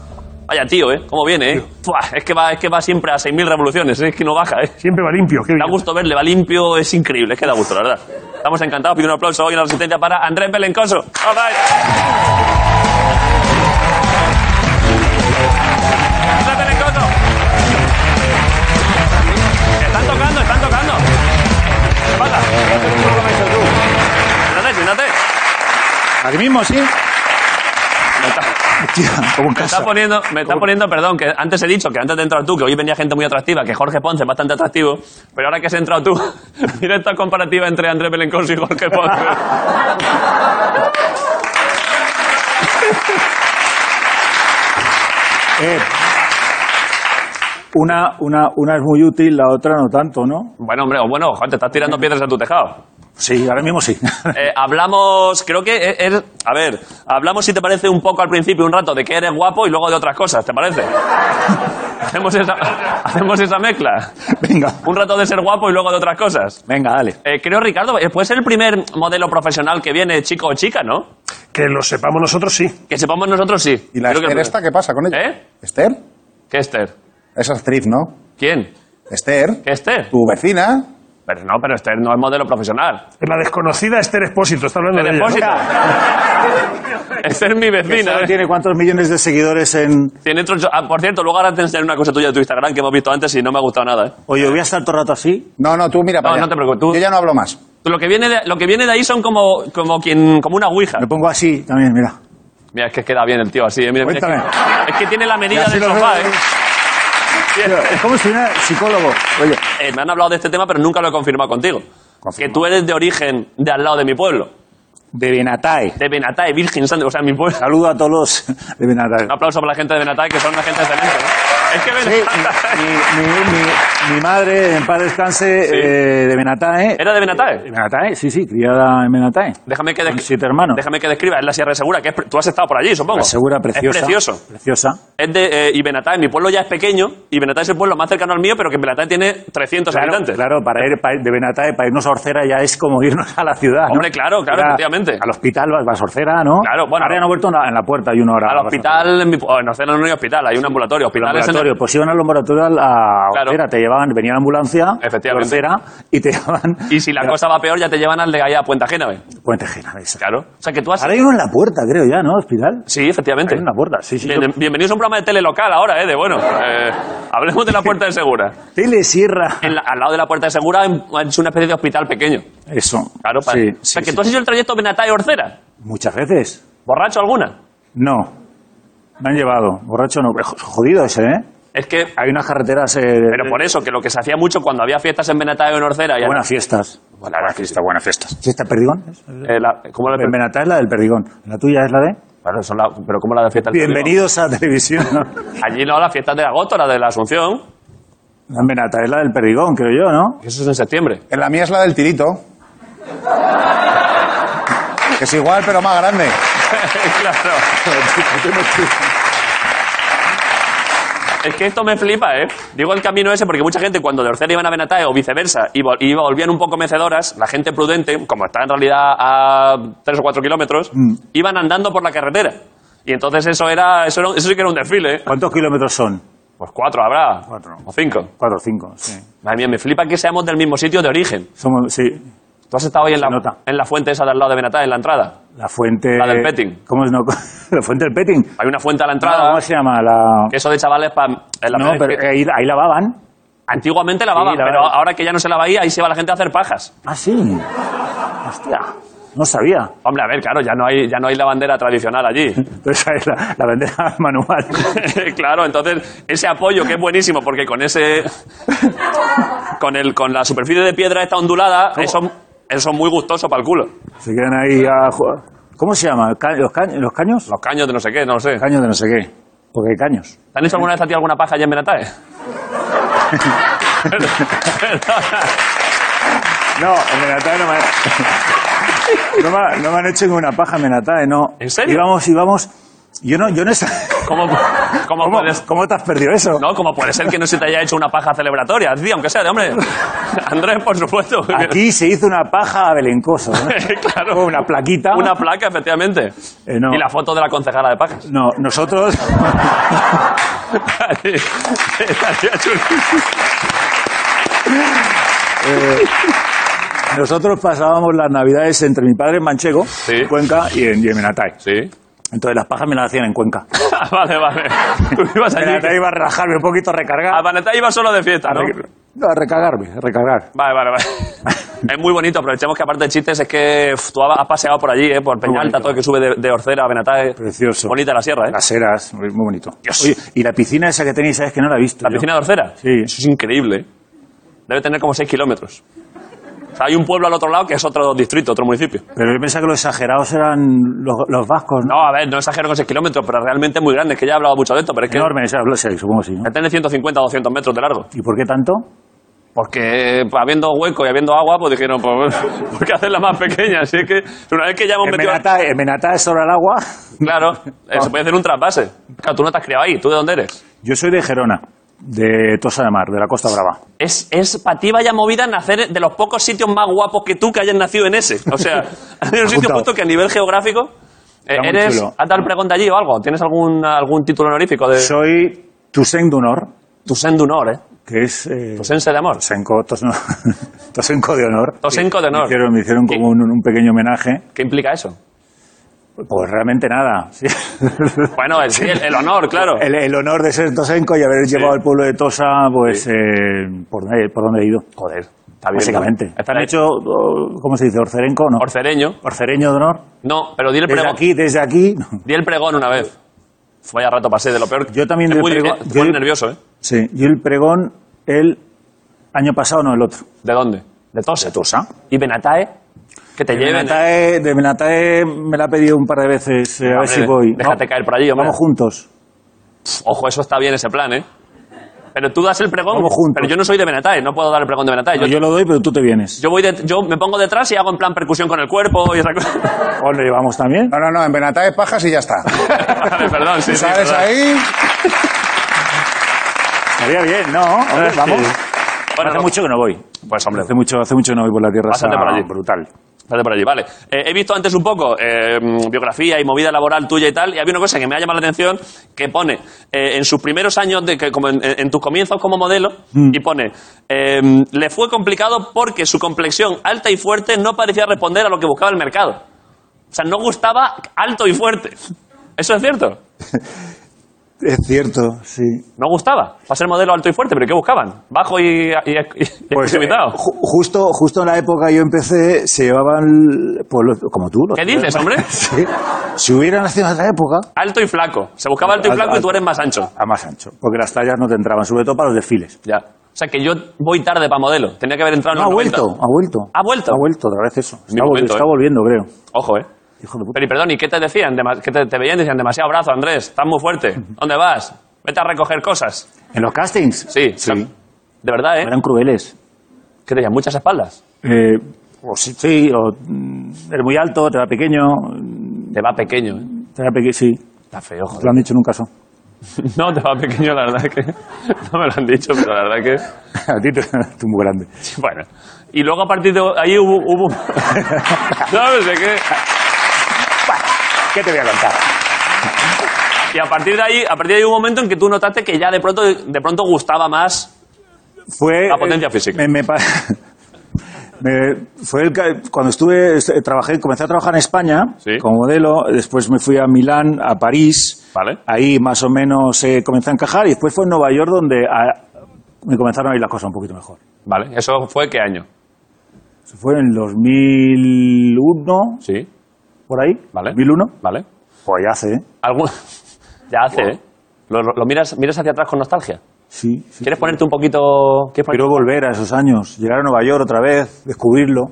S1: Vaya tío, ¿eh? ¿Cómo viene, eh? Fua, es, que va, es que va siempre a 6.000 revoluciones, ¿eh? es que no baja, ¿eh?
S3: Siempre va limpio. Qué
S1: Da
S3: bien.
S1: gusto verle, va limpio, es increíble, es que da gusto, la verdad. Estamos encantados, pido un aplauso hoy en la resistencia para Andrés Belencoso. All right. Andrés Belencoso. Están tocando, están tocando. ¿Qué pasa? Siéntate, siéntate.
S4: Aquí mismo, sí.
S1: Me está,
S4: Tío, como en
S1: me está
S4: casa.
S1: poniendo, me está poniendo, perdón, que antes he dicho que antes de entrar tú, que hoy venía gente muy atractiva, que Jorge Ponce es bastante atractivo, pero ahora que has entrado tú, mira esta comparativa entre Andrés Belencoso y Jorge Ponce.
S6: Eh, una, una, una es muy útil, la otra no tanto, ¿no?
S1: Bueno, hombre, bueno, joder, te estás tirando piedras a tu tejado.
S6: Sí, ahora mismo sí.
S1: Eh, hablamos, creo que es- es- a ver, hablamos si te parece un poco al principio, un rato, de que eres guapo y luego de otras cosas, ¿te parece? hacemos, esa, hacemos esa mezcla.
S6: Venga.
S1: Un rato de ser guapo y luego de otras cosas.
S6: Venga, dale.
S1: Eh, creo, Ricardo, eh, puede ser el primer modelo profesional que viene, chico o chica, ¿no?
S3: Que lo sepamos nosotros, sí.
S1: Que sepamos nosotros sí.
S4: ¿Y la
S1: Creo que
S4: Esther
S1: el-
S4: esta qué pasa con ella?
S1: ¿Eh?
S4: ¿Esther?
S1: ¿Qué Esther?
S4: Esa actriz, ¿no?
S1: ¿Quién?
S4: Esther,
S1: ¿Qué Esther?
S4: tu vecina.
S1: Pero no, pero Esther no es modelo profesional.
S3: Es La desconocida Esther Expósito. Está hablando de
S1: Esther
S3: ella, ¿no?
S1: Espósito. Esther es mi vecina.
S6: ¿Sabe
S1: ¿eh?
S6: tiene cuántos millones de seguidores en...
S1: Tiene otro- ah, por cierto, luego ahora te enseñaré una cosa tuya de tu Instagram que hemos visto antes y no me ha gustado nada. ¿eh?
S6: Oye, voy a estar todo el rato así.
S4: No, no, tú mira
S1: No,
S4: para allá.
S1: no te preocupes, tú-
S4: Yo ya no hablo más.
S1: Lo que viene de, lo que viene de ahí son como, como, quien, como una ouija.
S6: Me pongo así también, mira.
S1: Mira, es que queda bien el tío así. eh, mira, mira, es,
S4: Cuéntame.
S1: que, es que tiene la medida
S6: Ya, sí
S1: del
S6: lo
S1: sofá.
S6: veo.
S1: ¿eh?
S6: Tío, es como si fuera psicólogo. Oye,
S1: Eh, me han hablado de este tema, pero nunca lo he confirmado contigo. Que tú eres de origen de al lado de mi pueblo,
S6: de Benatae.
S1: de Benatae, Virgen Santa, o sea, mi pueblo.
S6: Saludo a todos los de Benatae.
S1: Un aplauso para la gente de Benatae, que son una gente excelente. ¿no? Es que
S6: Sí,
S1: Benatae...
S6: mi, mi- mi- mi madre, en paz descanse, eh, de Benatae.
S1: ¿Era de Benatae?
S6: De Benatae, sí, sí, criada en Benatae.
S1: Déjame que,
S6: Con
S1: des-
S6: siete hermanos.
S1: déjame que describa, es la Sierra de Segura, que es pre- tú has estado por allí, supongo.
S6: La segura,
S1: Es
S6: preciosa.
S1: precioso.
S6: Preciosa.
S1: Es de, eh, y Benatá, mi pueblo ya es pequeño, y Benatá es el pueblo más cercano al mío, pero que Benatá tiene 300
S6: Claro,
S1: habitantes.
S6: claro, para ir para ir de Benatae, para irnos a Orcera ya es como irnos a la ciudad. ¿no?
S1: Hombre, claro, claro,
S6: Ir a-
S1: efectivamente.
S6: Al hospital vas, vas a Orcera, ¿no?
S1: Claro, bueno.
S6: Ahora ya no he vuelto a la- en la puerta, hay una hora.
S1: Al hospital, en mi, oh, en Océano no hay hospital, hay un ambulatorio.
S6: El
S1: Hospital es en el-
S6: ambulatorio, pues iban al laboratorio a
S1: Claro.
S6: Orcera, te llevaban, venía la ambulancia,
S1: Efectivamente.
S6: de Orcera, y te llevaban.
S1: y si la cosa va peor, ya te llevan al de allá a Puente Genave.
S6: Puente Genavesa.
S1: Claro. O sea, que tú has...
S6: Ahora hay uno en la puerta, creo ya, ¿no? Hospital.
S1: Sí, efectivamente.
S6: Hay una puerta, sí, sí.
S1: Bien- bienvenidos a un programa de telelocal ahora, ¿eh? De bueno. eh, hablemos de la Puerta de Segura.
S6: Telesierra.
S1: En la- al lado de la Puerta de Segura han han hecho una especie de hospital pequeño.
S6: Eso.
S1: Claro, para-
S6: Sí,
S1: O sea,
S6: sí,
S1: que
S6: sí.
S1: tú has hecho el trayecto Benatá y Orcera.
S6: Muchas veces.
S1: ¿Borracho alguna?
S6: No. Me han llevado. Borracho no. Jodido ese, ¿eh?
S1: Es que...
S6: Hay unas carreteras. eh,
S1: Pero por eso, que lo que se hacía mucho cuando había fiestas en Benatá y en Orcera... y en-
S6: Buenas fiestas.
S1: Bueno, pues la verdad es que-
S6: buenas fiestas. ¿Fiesta Perdigón?
S1: Eh, la- ¿Cómo la
S6: En Benatá es la del Perdigón. La tuya es la de.
S1: Bueno, son la- pero ¿cómo la de fiesta? del
S6: Bienvenidos a televisión.
S1: Perdigón? Allí no, la fiesta de agosto, la de la Asunción.
S6: En Benatá es la del Perdigón, creo yo, ¿no?
S1: que Eso es en septiembre.
S4: En la mía es la del tirito. Que es igual, pero más grande.
S1: claro. Es que esto me flipa, ¿eh? Digo el camino ese porque mucha gente cuando de Orcela iban a Benatae o viceversa y vol- y volvían un poco mecedoras, la gente prudente, como está en realidad a 3 o 4 kilómetros, iban andando por la carretera. Y entonces eso era, eso era- eso sí que era un desfile, ¿eh?
S6: ¿Cuántos kilómetros son?
S1: Pues cuatro habrá.
S6: Cuatro.
S1: O cinco.
S6: Cuatro o cinco, sí.
S1: Madre mía, me flipa que seamos del mismo sitio de origen.
S6: Somos, sí.
S1: Tú has estado ahí en la,
S6: nota.
S1: en la fuente esa del lado de Benatae, en la entrada.
S6: La fuente...
S1: La del Petting.
S6: ¿Cómo es? No, la fuente del Petting.
S1: Hay una fuente a la
S6: No,
S1: entrada,
S6: ¿Cómo se llama? La...
S1: que eso de chavales para...
S6: No, pero ahí, ahí lavaban.
S1: Antiguamente lavaban,
S6: Sí, lavaban.
S1: pero ahora que ya no se lava ahí, ahí se va la gente a hacer pajas.
S6: Ah, sí. Hostia, no sabía.
S1: Hombre, a ver, claro, ya no hay, ya no hay la bandera tradicional allí.
S6: Entonces ahí la, la bandera manual.
S1: claro, entonces ese apoyo que es buenísimo, porque con ese. con, el, con la superficie de piedra esta ondulada, eso, eso es muy gustoso para el culo.
S6: Se quedan ahí a jugar. ¿Cómo se llama? ¿Ca- ¿Los, ca- los caños?
S1: Los caños de no sé qué, no lo sé. ¿Te
S6: Caños de no sé qué. Porque hay caños.
S1: han hecho alguna vez a ti alguna paja allá en Benatae?
S6: No, en Menatae no me han... No me, ha- no me han hecho ninguna paja en Menatae, no.
S1: ¿En serio?
S6: Íbamos, íbamos... Yo no, yo no sé...
S1: ¿Cómo, cómo,
S6: ¿Cómo,
S1: puedes-
S6: cómo te has perdido eso?
S1: No, ¿cómo puede ser que no se te haya hecho una paja celebratoria? Tío, aunque sea de hombre. Andrés, por supuesto.
S6: Aquí se hizo una paja a Belencoso. ¿no?
S1: Eh, Claro.
S6: Fue Una plaquita.
S1: Una placa, efectivamente.
S6: Eh, no.
S1: Y la foto de la concejala de pajas.
S6: No, nosotros...
S1: Estaría chulísimo.
S6: Nosotros pasábamos las navidades entre mi padre en Manchego, en Cuenca, y en, y en Menatae.
S1: Sí.
S6: Entonces las pajas me las hacían en Cuenca.
S1: Ah, vale, vale. Tú ibas allí.
S6: Menatae iba a relajarme un poquito, a recargar.
S1: A Vanetá iba solo de fiesta,
S6: a,
S1: ¿no?
S6: re- no, a recargarme, a recargar.
S1: Vale, vale, vale. Es muy bonito, aprovechemos que aparte de chistes es que uf, tú has paseado por allí, ¿eh? por Peñalta, todo que sube de, de Orcera a Benatá. eh.
S6: Precioso.
S1: Bonita la sierra, ¿eh?
S6: Las eras, muy muy bonito.
S1: Dios.
S6: Oye, y la piscina esa que tenéis, ¿sabes que no la he visto?
S1: ¿La
S6: yo?
S1: piscina de Orcera?
S6: Sí.
S1: Eso es increíble. ¿eh? Debe tener como 6 kilómetros. O sea, hay un pueblo al otro lado que es otro distrito, otro municipio.
S6: Pero yo pensaba que los exagerados eran los, los vascos, ¿no?
S1: No, a ver, no exagero con 6 kilómetros, pero realmente es muy grande. Es que ya he hablado mucho de esto, pero es que
S6: Enormes, eran, lo sé, supongo que sí, ¿no?
S1: debe tener 150 o 200 metros de largo.
S6: ¿Y por qué tanto?
S1: Porque pues, habiendo hueco y habiendo agua, pues dijeron, pues, ¿por qué hacerla más pequeña? Así es que una vez que ya hemos
S6: En
S1: metido...
S6: Menatae, en Menatae sobre el agua.
S1: Claro, eh,
S6: Ah.
S1: se puede hacer un trasvase. Claro, tú no te has criado ahí, ¿tú de dónde eres?
S6: Yo soy de Gerona, de Tosa de Mar, de la Costa Brava.
S1: Es, es para ti vaya movida nacer de los pocos sitios más guapos que tú que hayas nacido en ese. O sea, hay un sitio
S6: Apuntado.
S1: justo que a nivel geográfico... eh,
S6: Está muy
S1: ¿Eres...
S6: chulo.
S1: ¿Has dado el pregón de allí o algo? ¿Tienes algún, algún título honorífico de...
S6: Soy Toussaint d'Honor,
S1: Toussaint d'honor, ¿eh?
S6: que es... eh,
S1: Tosense de amor.
S6: Tosenco, Tosno- Tosenco de honor.
S1: Tosenco de honor.
S6: Me hicieron, me hicieron como un, un pequeño homenaje.
S1: ¿Qué implica eso?
S6: Pues realmente nada. sí.
S1: Bueno, el, sí, el- el honor, claro.
S6: El, el honor de ser Tosenco y haber llevado al pueblo de Tosa, pues, eh, por, donde- por donde he ido.
S1: Joder, está bien.
S6: Básicamente.
S1: Está
S6: ¿Han
S1: bien.
S6: hecho, oh, cómo se dice, orcerenco? No.
S1: Orcereño.
S6: Orcereño de honor.
S1: No, pero di el
S6: Desde
S1: pregón.
S6: aquí, desde aquí.
S1: Di el pregón una vez. Vaya rato pasé de lo peor.
S6: Yo también
S1: Te
S6: del
S1: muy,
S6: pregón-
S1: eh, te pone
S6: yo-
S1: nervioso, ¿eh?
S6: Sí, y el pregón el año pasado, no el otro.
S1: ¿De dónde? De Tosa.
S6: De Tosa.
S1: ¿Y Benatae? Que te
S6: De
S1: lleven.
S6: Menatae, de Menatae me la ha pedido un par de veces, eh, a ver
S1: Hombre,
S6: si voy.
S1: déjate caer por allí, hombre.
S6: Vamos juntos.
S1: Ojo, eso está bien ese plan, ¿eh? Pero tú das el pregón.
S6: Vamos juntos.
S1: Pero yo no soy de Benatae, no puedo dar el pregón de Benatae.
S6: No,
S1: Eh, yo,
S6: yo lo doy, pero tú te vienes.
S1: yo voy de- yo me pongo detrás y hago en plan percusión con el cuerpo y esa cosa.
S6: ¿O lo llevamos también?
S4: No, no, no, en Benatae pajas y ya está.
S1: Vale, perdón, sí,
S4: Tú
S1: sí,
S4: sales
S1: perdón.
S4: ahí,
S1: Ah,
S6: Estaría bien, ¿no? Hombre, vamos.
S1: Bueno,
S6: hace
S1: no,
S6: mucho que no voy.
S1: Pues hombre,
S6: Hace mucho, hace mucho que no voy por la tierra.
S1: Pásate
S6: esa
S1: por allí.
S6: Brutal.
S1: Espérate por allí, vale. Eh, he visto antes un poco eh, biografía y movida laboral tuya y tal, y había una cosa que me ha llamado la atención que pone eh, en sus primeros años, de, que, como en, en tus comienzos como modelo,
S6: Mm.
S1: y pone eh, le fue complicado porque su complexión alta y fuerte no parecía responder a lo que buscaba el mercado. O sea, no gustaba alto y fuerte. Eso es cierto.
S6: Es cierto, sí.
S1: No gustaba. Para ser modelo alto y fuerte, pero ¿qué buscaban? Bajo y, y, y- y
S6: Pues,
S1: excusitado.
S6: eh, ju- justo, justo en la época yo empecé, se llevaban, pues, los- como tú. los-
S1: ¿Qué dices, hombre?
S6: Sí. Si hubiera nacido en otra época,
S1: Alto y flaco. Se buscaba alto y
S6: Al-
S1: flaco y tú
S6: alto.
S1: eres más ancho.
S6: a más ancho, porque las tallas no te entraban, sobre todo para los desfiles.
S1: Ya. O sea, que yo voy tarde para modelo. Tenía que haber entrado en
S6: No, ha
S1: los 90.
S6: vuelto, ha vuelto.
S1: Ha vuelto.
S6: Ha vuelto otra vez eso. Está,
S1: mi
S6: vol-
S1: momento,
S6: está
S1: eh.
S6: volviendo, creo.
S1: Ojo, ¿eh?
S6: Hijo de puta.
S1: Pero, y perdón, ¿y qué te decían? Dema- ¿Qué te, te veían? y Decían, demasiado brazo, Andrés. Estás muy fuerte. ¿Dónde vas? Vete a recoger cosas.
S6: ¿En los castings?
S1: Sí. o sea, De verdad, ¿eh?
S6: Eran crueles.
S1: ¿Qué te decían? Muchas espaldas.
S6: Eh, O sí, sí, o mm, eres muy alto, te va pequeño, mm,
S1: Te va pequeño, ¿eh?
S6: te va pequeño, sí.
S1: Está feo,
S6: Te lo
S1: joder.
S6: han dicho en un caso.
S1: No, te va pequeño, la verdad que. No me lo han dicho, pero la verdad que.
S6: A ti te tú muy grande.
S1: Sí, Bueno, y luego a partir de ahí hubo... hubo... ¿Sabes de qué?
S6: ¿Qué te voy a contar?
S1: Y a partir de ahí, a partir de ahí hubo un momento en que tú notaste que ya de pronto, de pronto gustaba más.
S6: Fue,
S1: La potencia física.
S6: me- me pa- me- fue el ca- cuando estuve, est- trabajé, comencé a trabajar en España
S1: Sí.
S6: como modelo, después me fui a Milán, a París,
S1: Vale.
S6: ahí más o menos eh, comencé a encajar y después fue en Nueva York donde ah, me comenzaron a ir las cosas un poquito mejor.
S1: Vale, ¿eso fue qué año?
S6: Eso fue en el 2001,
S1: Sí,
S6: por ahí,
S1: Vale.
S6: 2001,
S1: vale.
S6: pues ya hace, ¿eh?
S1: Algún... Ya hace, ¿eh? Lo, lo- lo miras, miras hacia atrás con nostalgia.
S6: Sí, sí.
S1: ¿Quieres ponerte un poquito... ¿Quieres ponerte-
S6: Quiero volver a esos años, llegar a Nueva York otra vez, descubrirlo.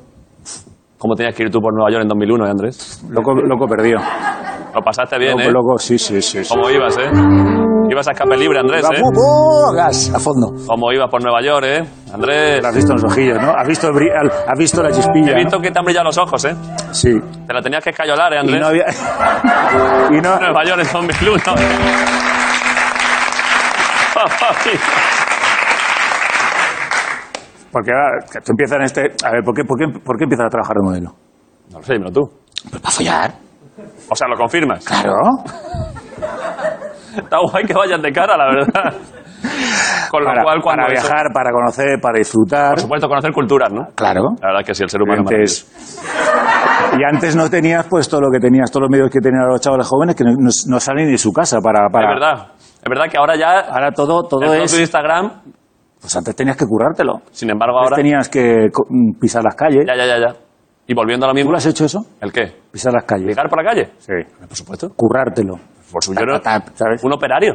S1: ¿Cómo tenías que ir tú por Nueva York en 2001, eh, Andrés?
S6: Loco, loco perdido.
S1: Lo pasaste bien,
S6: Loco,
S1: ¿eh?
S6: loco, sí, sí, sí. sí.
S1: Como ibas, ¿eh? Ibas a escape libre, Andrés, ¿eh?
S6: ¡Oh, gas! A fondo.
S1: Como ibas por Nueva York, ¿eh? Andrés,
S6: Lo has visto en los ojillos, ¿no? Has visto, el bri- al- has visto la chispilla.
S1: he visto
S6: ¿no?
S1: que te han brillado los ojos, ¿eh?
S6: Sí.
S1: Te la tenías que escayolar, ¿eh,
S6: Y
S1: Andrés?
S6: no había. y no.
S1: Nueva York en 2001.
S6: Porque ahora que tú empiezas en este. A ver, ¿por qué, por qué, por qué empiezas a trabajar de modelo?
S1: no lo sé, dímelo tú.
S5: Pues para follar.
S1: O sea, lo confirmas.
S5: Claro.
S1: Está guay que vayas de cara, la verdad. Con lo
S6: Para,
S1: cual, cuando.
S6: para
S1: eso-
S6: viajar, para conocer, para disfrutar.
S1: Por supuesto, conocer culturas, ¿no?
S5: Claro.
S1: La verdad es que sí, el ser humano. es maravilloso.
S6: Antes- y antes no tenías pues todo lo que tenías, todos los medios que tenían los chavales jóvenes que no, no- no salen ni de su casa para.
S1: Es
S6: para
S1: verdad. Es verdad que ahora ya.
S6: Ahora todo, todo
S1: El propio
S6: es.
S1: Instagram,
S6: Pues antes tenías que currártelo.
S1: sin embargo,
S6: Antes
S1: ahora.
S6: tenías que co- pisar las calles.
S1: Ya, ya, ya, ya. Y volviendo a lo
S6: ¿Tú
S1: mismo.
S6: lo has hecho eso?
S1: ¿El qué?
S6: Pisar las calles.
S1: ¿Ligar por la calle?
S6: Sí.
S1: Por supuesto.
S6: Currártelo.
S1: Por supuesto. Yo
S6: Ta,
S1: era
S6: ta, ta, ¿sabes?
S1: un operario.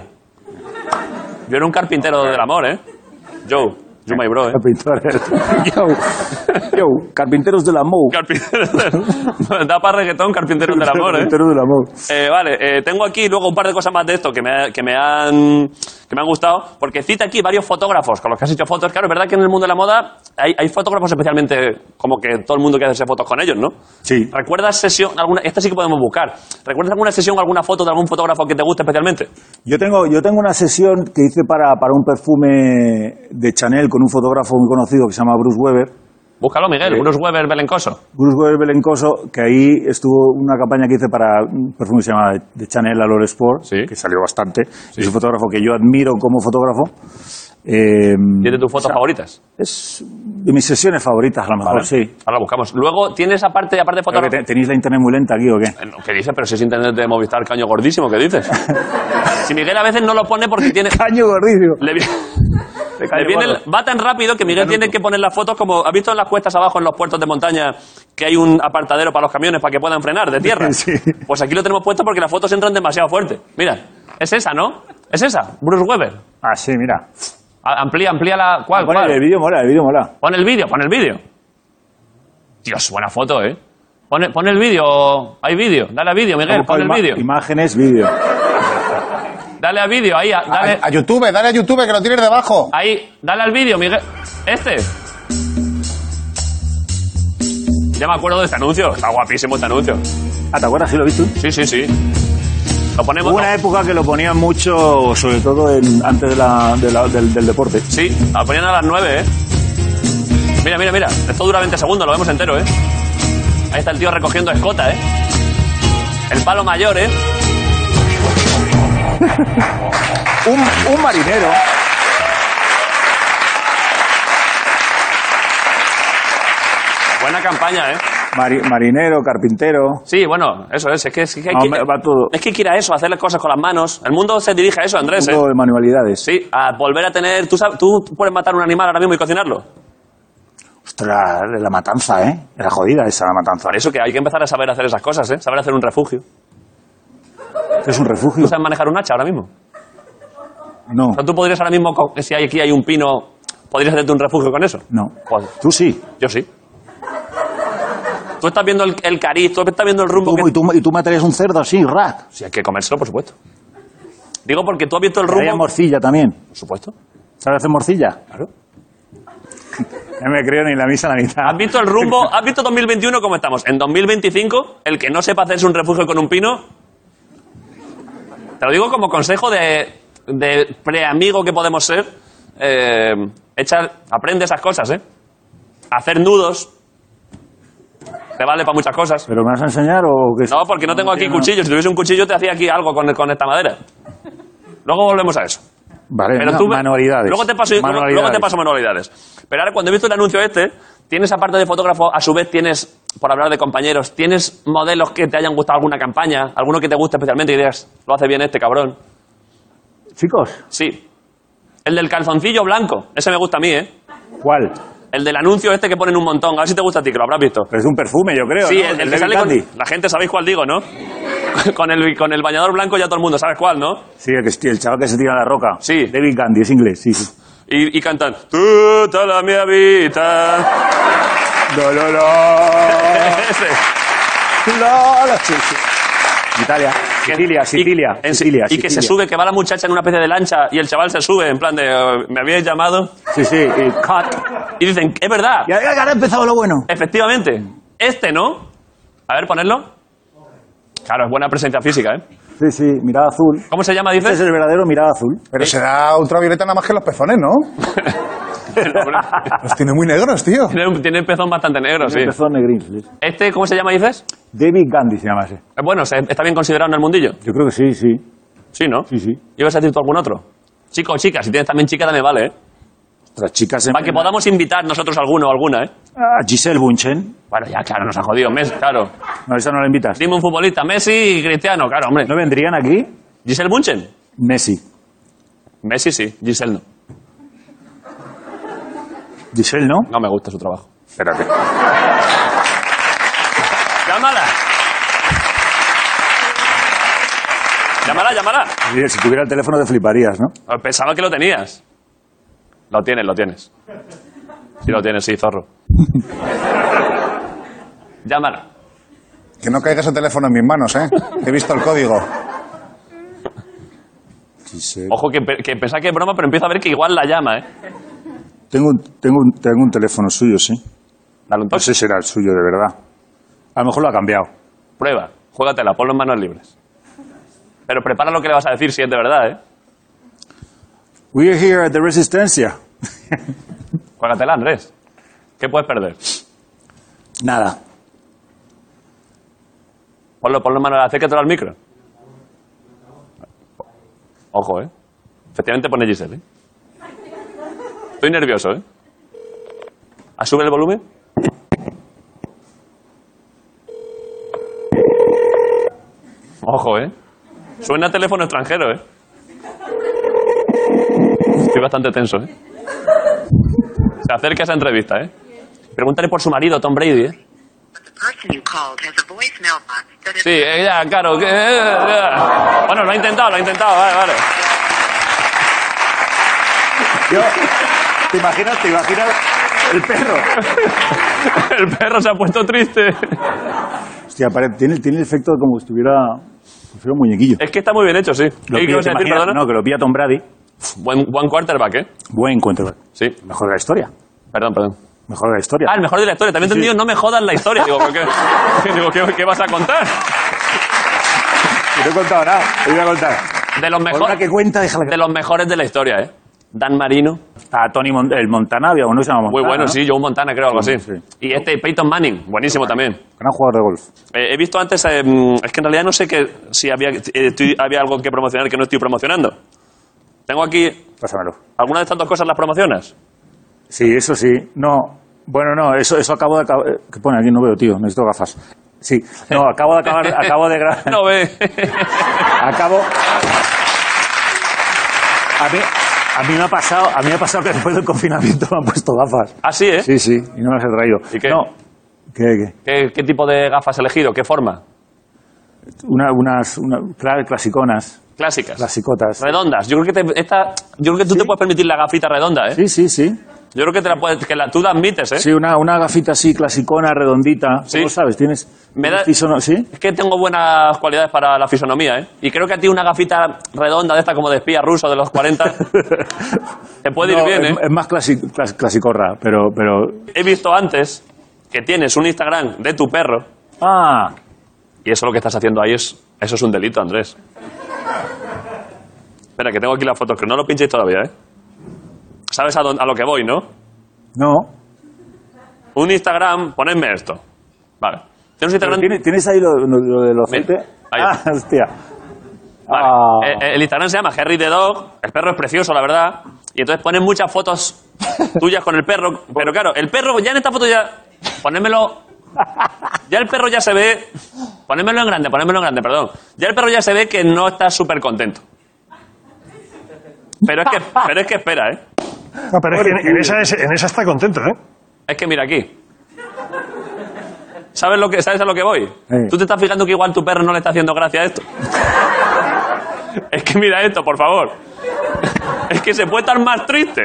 S1: Yo era un carpintero del amor, ¿eh? Joe. You my bro, ¿eh?
S6: Carpinteros. Yo, yo, carpinteros del amor.
S1: Carpintero del... Da para reggaetón, carpintero del amor, ¿eh?
S6: Carpinteros del amor.
S1: Eh, vale, eh, tengo aquí luego un par de cosas más de esto que me, ha- que, me han, que me han gustado, porque cita aquí varios fotógrafos con los que has hecho fotos. Claro, es verdad que en el mundo de la moda hay, hay fotógrafos especialmente como que todo el mundo quiere hacerse fotos con ellos, ¿no?
S6: Sí.
S1: ¿Recuerdas sesión, alguna, esta sí que podemos buscar, ¿recuerdas alguna sesión, alguna foto de algún fotógrafo que te guste especialmente?
S6: Yo tengo, yo tengo una sesión que hice para, para un perfume de Chanel con un fotógrafo muy conocido que se llama Bruce Weber.
S1: Búscalo, Miguel, Bruce Weber Belencoso.
S6: Bruce Weber Belencoso, que ahí estuvo una campaña que hice para un perfume que se llama de Chanel Allure Sport,
S1: Sí.
S6: que salió bastante. Es un fotógrafo que yo admiro como fotógrafo. Eh,
S1: ¿Y es de tus fotos favoritas?
S6: es de mis sesiones favoritas, a lo mejor, sí.
S1: Ahora la buscamos. Luego tienes aparte, aparte de
S6: Creo que
S1: fotógrafos...
S6: te- ¿Tenéis la internet muy lenta aquí o qué?
S1: Eh, no, ¿Qué dices? Pero si es internet de Movistar, caño gordísimo, ¿qué dices? Si Miguel a veces no lo pone porque tiene...
S6: Caño gordísimo.
S1: Le, vi- le viene el- va tan rápido que Miguel tiene que poner las fotos como... ¿Has visto en las cuestas abajo, en los puertos de montaña, que hay un apartadero para los camiones para que puedan frenar de tierra?
S6: Sí.
S1: Pues aquí lo tenemos puesto porque las fotos entran demasiado fuerte. Mira, es esa, ¿no? Es esa, Bruce Weber.
S6: Ah, sí, mira.
S1: A- Amplía, amplía la... ¿Cuál,
S6: Pon el- el
S1: cuál?
S6: vídeo mola, el vídeo mola.
S1: Pon el vídeo, pon el vídeo. Dios, buena foto, ¿eh? Pon, pon el vídeo, hay vídeo, dale a vídeo, Miguel,
S6: Hemos
S1: pon el
S6: buscado
S1: vídeo.
S6: ima- Imágenes, vídeo.
S1: Dale a vídeo, ahí, a- dale,
S4: A, a YouTube, dale a YouTube, que lo tienes debajo.
S1: ahí, dale al vídeo, Miguel. Este. Ya me acuerdo de este anuncio. Está guapísimo este anuncio.
S6: Ah, ¿te acuerdas? Sí, lo viste.
S1: Sí, sí, sí. Lo ponemos.
S6: Hubo una época que lo ponían mucho, sobre todo en- antes de la- de la- del, del deporte.
S1: Sí, lo ponían a las 9, ¿eh? Mira, mira, mira. Esto dura 20 segundos, lo vemos entero, ¿eh? Ahí está el tío recogiendo escota, ¿eh? El palo mayor, ¿eh?
S6: Un, un marinero.
S1: Buena campaña, ¿eh?
S6: Mari- marinero, carpintero.
S1: Sí, bueno, eso es. Es que, es que hay
S6: No,
S1: que-
S6: hombre, va todo.
S1: Es que hay que ir a eso, a hacer las cosas con las manos. El mundo se dirige a eso, Andrés, ¿eh?
S6: Todo de manualidades.
S1: Sí, a volver a tener... ¿Tú, sabes- tú puedes matar un animal ahora mismo y cocinarlo?
S6: Ostras, de la matanza, ¿eh? Era jodida esa la matanza.
S1: Para eso que hay que empezar a saber hacer esas cosas, ¿eh? Saber hacer un refugio.
S6: Es un refugio.
S1: ¿Tú sabes manejar un hacha ahora mismo?
S6: No,
S1: O sea, tú podrías ahora mismo, co- si hay- aquí hay un pino, podrías hacerte un refugio con eso.
S6: no.
S1: Joder,
S6: Tú sí.
S1: yo sí. Tú estás viendo el, el cariz, tú estás viendo el rumbo.
S6: Tú,
S1: Que...
S6: y, tú, y tú matarías un cerdo así, rack.
S1: Sí, hay que comérselo, por supuesto. Digo porque tú has visto el
S6: Traía
S1: rumbo.
S6: morcilla también.
S1: Por supuesto.
S6: ¿Sabes hacer morcilla?
S1: Claro.
S4: No me creo ni la misa a la mitad.
S1: ¿Has visto el rumbo? ¿Has visto 2021 cómo estamos? En 2025, el que no sepa hacerse un refugio con un pino. Te lo digo como consejo de, de preamigo que podemos ser. eh, echa- aprende esas cosas, ¿eh? Hacer nudos. Te vale para muchas cosas.
S6: ¿Pero me vas a enseñar o qué?
S1: No, porque no tengo aquí cuchillo. Si tuviese un cuchillo, te hacía aquí algo con, con esta madera. Luego volvemos a eso.
S4: Vale,
S1: Pero
S4: no,
S1: tú-
S4: manualidades.
S1: Luego te, paso,
S4: Manualidades.
S1: luego te paso manualidades. Pero ahora, cuando he visto el anuncio este, tienes aparte de fotógrafo, a su vez tienes, por hablar de compañeros, tienes modelos que te hayan gustado alguna campaña, alguno que te guste especialmente y digas, lo hace bien este cabrón.
S6: Chicos,
S1: Sí. El del calzoncillo blanco, ese me gusta a mí, ¿eh?
S6: ¿cuál?
S1: El del anuncio este que ponen un montón, a ver si te gusta a ti, que lo habrás visto.
S4: Pero es un perfume, yo creo.
S1: Sí,
S4: ¿no?
S1: el, el
S4: Del
S1: que
S4: David
S1: sale con...
S4: Candy.
S1: La gente, ¿sabéis cuál digo, no? con, el, con el bañador blanco ya todo el mundo, ¿sabes cuál, no?
S4: Sí, el, que- el chaval que se tira a la roca.
S1: Sí.
S4: David Gandhi, es inglés, sí. sí.
S1: Y, y cantan, tú toda mi vida.
S4: Lo, lo, lo.
S1: Ese.
S4: Lola, sí, sí. Italia,
S1: Que-
S4: Sicilia,
S1: y-
S4: Sicilia,
S1: en-
S4: Sicilia,
S1: y que se
S4: Sicilia.
S1: sube, que va la muchacha en una especie de lancha y el chaval se sube, en plan de, "Eh, me habíais llamado.
S4: Sí, sí, y cut.
S1: Y dicen, es verdad,
S6: Ya, ya, ya ha empezado lo bueno.
S1: efectivamente, este no. A ver, ponerlo. Claro, es buena presencia física, ¿eh?
S6: Sí, sí, mirada azul.
S1: ¿Cómo se llama,
S6: Este es
S1: dices?
S6: el verdadero mirada azul.
S4: Pero será ultravioleta nada más que los pezones, ¿no?
S1: El hombre.
S4: Los tiene muy negros, tío.
S1: tiene, un- tiene el pezón bastante negro, sí.
S6: Empezó negrín. sí.
S1: ¿Este cómo se llama, dices?
S6: David Gandhi se llama ese.
S1: Eh, Bueno, se- está bien considerado en el mundillo.
S6: Yo creo que sí, sí.
S1: Sí, ¿no?
S6: Sí, sí.
S1: ¿Ibas a decir tú algún otro? Chico o chica, si tienes también chica, también vale, ¿eh?
S6: Otras chicas en...
S1: Para que podamos invitar nosotros alguno o alguna, ¿eh?
S6: Ah, Giselle Bunchen.
S1: Bueno, ya, claro, nos ha jodido Messi, claro.
S6: No, esa no la invitas.
S1: Dime un futbolista, Messi y Cristiano, claro, hombre.
S6: ¿No vendrían aquí?
S1: Giselle Bunchen.
S6: Messi.
S1: Messi sí, Giselle no.
S6: Giselle, ¿no?
S1: No me gusta su trabajo.
S5: Espérate.
S1: ¡Llámala! ¡Llámala, llámala!
S6: Mira, Si tuviera el teléfono te fliparías, ¿no?
S1: Pensaba que lo tenías. Lo tienes, lo tienes. Sí, lo tienes, sí, zorro. Llámala.
S4: Que no caiga ese teléfono en mis manos, ¿eh? He visto el código.
S1: Ojo, que, pe- que pensaba que es broma, pero empiezo a ver que igual la llama, ¿eh?
S7: Tengo un, tengo, un, tengo un teléfono suyo, sí.
S1: Dale un
S7: No
S1: toque.
S7: sé si era el suyo, de verdad. A lo mejor lo ha cambiado.
S1: Prueba, juégatela, ponlo en manos libres. Pero prepara lo que le vas a decir si es de verdad, ¿eh?
S7: We are here at the Resistencia.
S1: Juégatela, Andrés. ¿Qué puedes perder?
S7: Nada.
S1: Ponlo, ponlo en mano, acércatelo al micro. Ojo, ¿eh? Efectivamente pone Giselle, ¿eh? Estoy nervioso, ¿eh? Ah, ¿Sube el volumen? Ojo, ¿eh? Suena a teléfono extranjero, ¿eh? Estoy bastante tenso, ¿eh? Se acerca esa entrevista, ¿eh? Pregúntale por su marido, Tom Brady, ¿eh?
S8: The person you called has a voicemail box that is
S1: Sí, eh, ya, claro. que- eh, ya. Bueno, lo ha intentado, lo ha intentado, vale, vale.
S4: Yo, ¿te imaginas, te imaginas el perro?
S1: El perro se ha puesto triste.
S6: Hostia, pare- tiene, tiene el efecto como si estuviera... Si fuera un muñequillo.
S1: Es que está muy bien hecho, sí. Eh, ¿Qué
S6: pilla,
S1: ibas a
S6: ¿te
S1: decir,
S6: imaginas?
S1: perdona?
S6: No, que lo pilla Tom Brady.
S1: Buen, buen quarterback, ¿eh?
S6: Buen encuentro.
S1: Sí,
S6: Mejor de la historia.
S1: perdón, perdón.
S6: Mejor de la historia.
S1: Ah, el mejor de la historia. También he entendido, no me jodas la historia. Digo, ¿por qué? Digo, ¿qué, qué vas a contar?
S4: No he contado nada, te voy a contar.
S1: De los,
S6: Por la
S1: mejores
S6: que cuenta, déjala que...
S1: de los mejores de la historia, ¿eh? Dan Marino.
S6: Está Tony Mon- el Montana, había uno que se llama
S1: Muy
S6: Montana.
S1: bueno,
S6: ¿no?
S1: sí. Joe Montana, creo, algo así.
S6: Sí, sí.
S1: Y este, Peyton Manning. Buenísimo también.
S6: Gran jugador de golf.
S1: Eh, he visto antes, eh, mm, es que en realidad no sé que, si había, eh, estoy- había algo que promocionar que no estoy promocionando. Tengo aquí
S6: Pásamelo.
S1: ¿Alguna de estas dos cosas las promocionas?
S6: Sí, eso sí. No, bueno, no, eso, eso acabo de acabar. ¿Qué pone aquí? No veo, tío. Necesito gafas. Sí, no, acabo de acabar. Acabo de grabar.
S1: No eh, ve.
S6: Acabo. A mí, a mí me ha pasado, a mí me ha pasado que después del confinamiento me han puesto gafas.
S1: Así, ¿eh?
S6: Sí, sí, y no me las he traído.
S1: ¿Y qué?
S6: No. ¿Qué, qué?
S1: ¿Qué, qué tipo de gafas has elegido? ¿Qué forma?
S6: Una- unas una, cla- clasiconas,
S1: Clásicas.
S6: clasicotas.
S1: Redondas. Yo creo que, te- esta, yo creo que tú te puedes permitir la gafita redonda, ¿eh?
S6: Sí, sí, sí.
S1: Yo creo que, te la puedes, que la, tú la admites, ¿eh?
S6: Sí, una, una gafita así, clasicona, redondita.
S1: Sí.
S6: ¿Cómo sabes? ¿Tienes
S1: Me
S6: un
S1: da-
S6: fisono- ¿Sí?
S1: Es que tengo buenas cualidades para la fisonomía, ¿eh? Y creo que a ti una gafita redonda de esta como de espía ruso de los 40 te puede ir
S6: No,
S1: bien,
S6: es,
S1: ¿eh?
S6: es más clasi- clas- clasicorra, pero, pero...
S1: He visto antes que tienes un Instagram de tu perro
S6: Ah,
S1: y eso lo que estás haciendo ahí es... Eso es un delito, Andrés. Espera, que tengo aquí las fotos, que no lo pinchéis todavía, ¿eh? Sabes a, dónde- a lo que voy, ¿no?
S6: no.
S1: Un Instagram, ponedme esto. Vale. Tienes un
S6: Pero
S1: Instagram...
S6: ¿tiene- ¿Tienes ahí lo, lo- lo del
S1: Ven,
S6: ojete?
S1: ahí
S6: Ah, hostia.
S1: Vale.
S6: Ah.
S1: Eh, eh, el Instagram se llama Harry the Dog. El perro es precioso, la verdad. Y entonces ponen muchas fotos tuyas con el perro. Pero claro, el perro ya en esta foto ya. Ponémelo. Ya el perro ya se ve. Ponémelo en grande, ponémelo en grande, perdón. Ya el perro ya se ve que no está súper contento. Pero es, que, pero es que espera, ¿eh?
S3: No, pero es que en, en esa, es- en esa está contento, ¿eh?
S1: Es que mira aquí. ¿Sabes, lo que, ¿Sabes a lo que voy?
S6: Sí.
S1: Tú te estás fijando que igual tu perro no le está haciendo gracia a esto. es que mira esto, por favor. es que se puede estar más triste.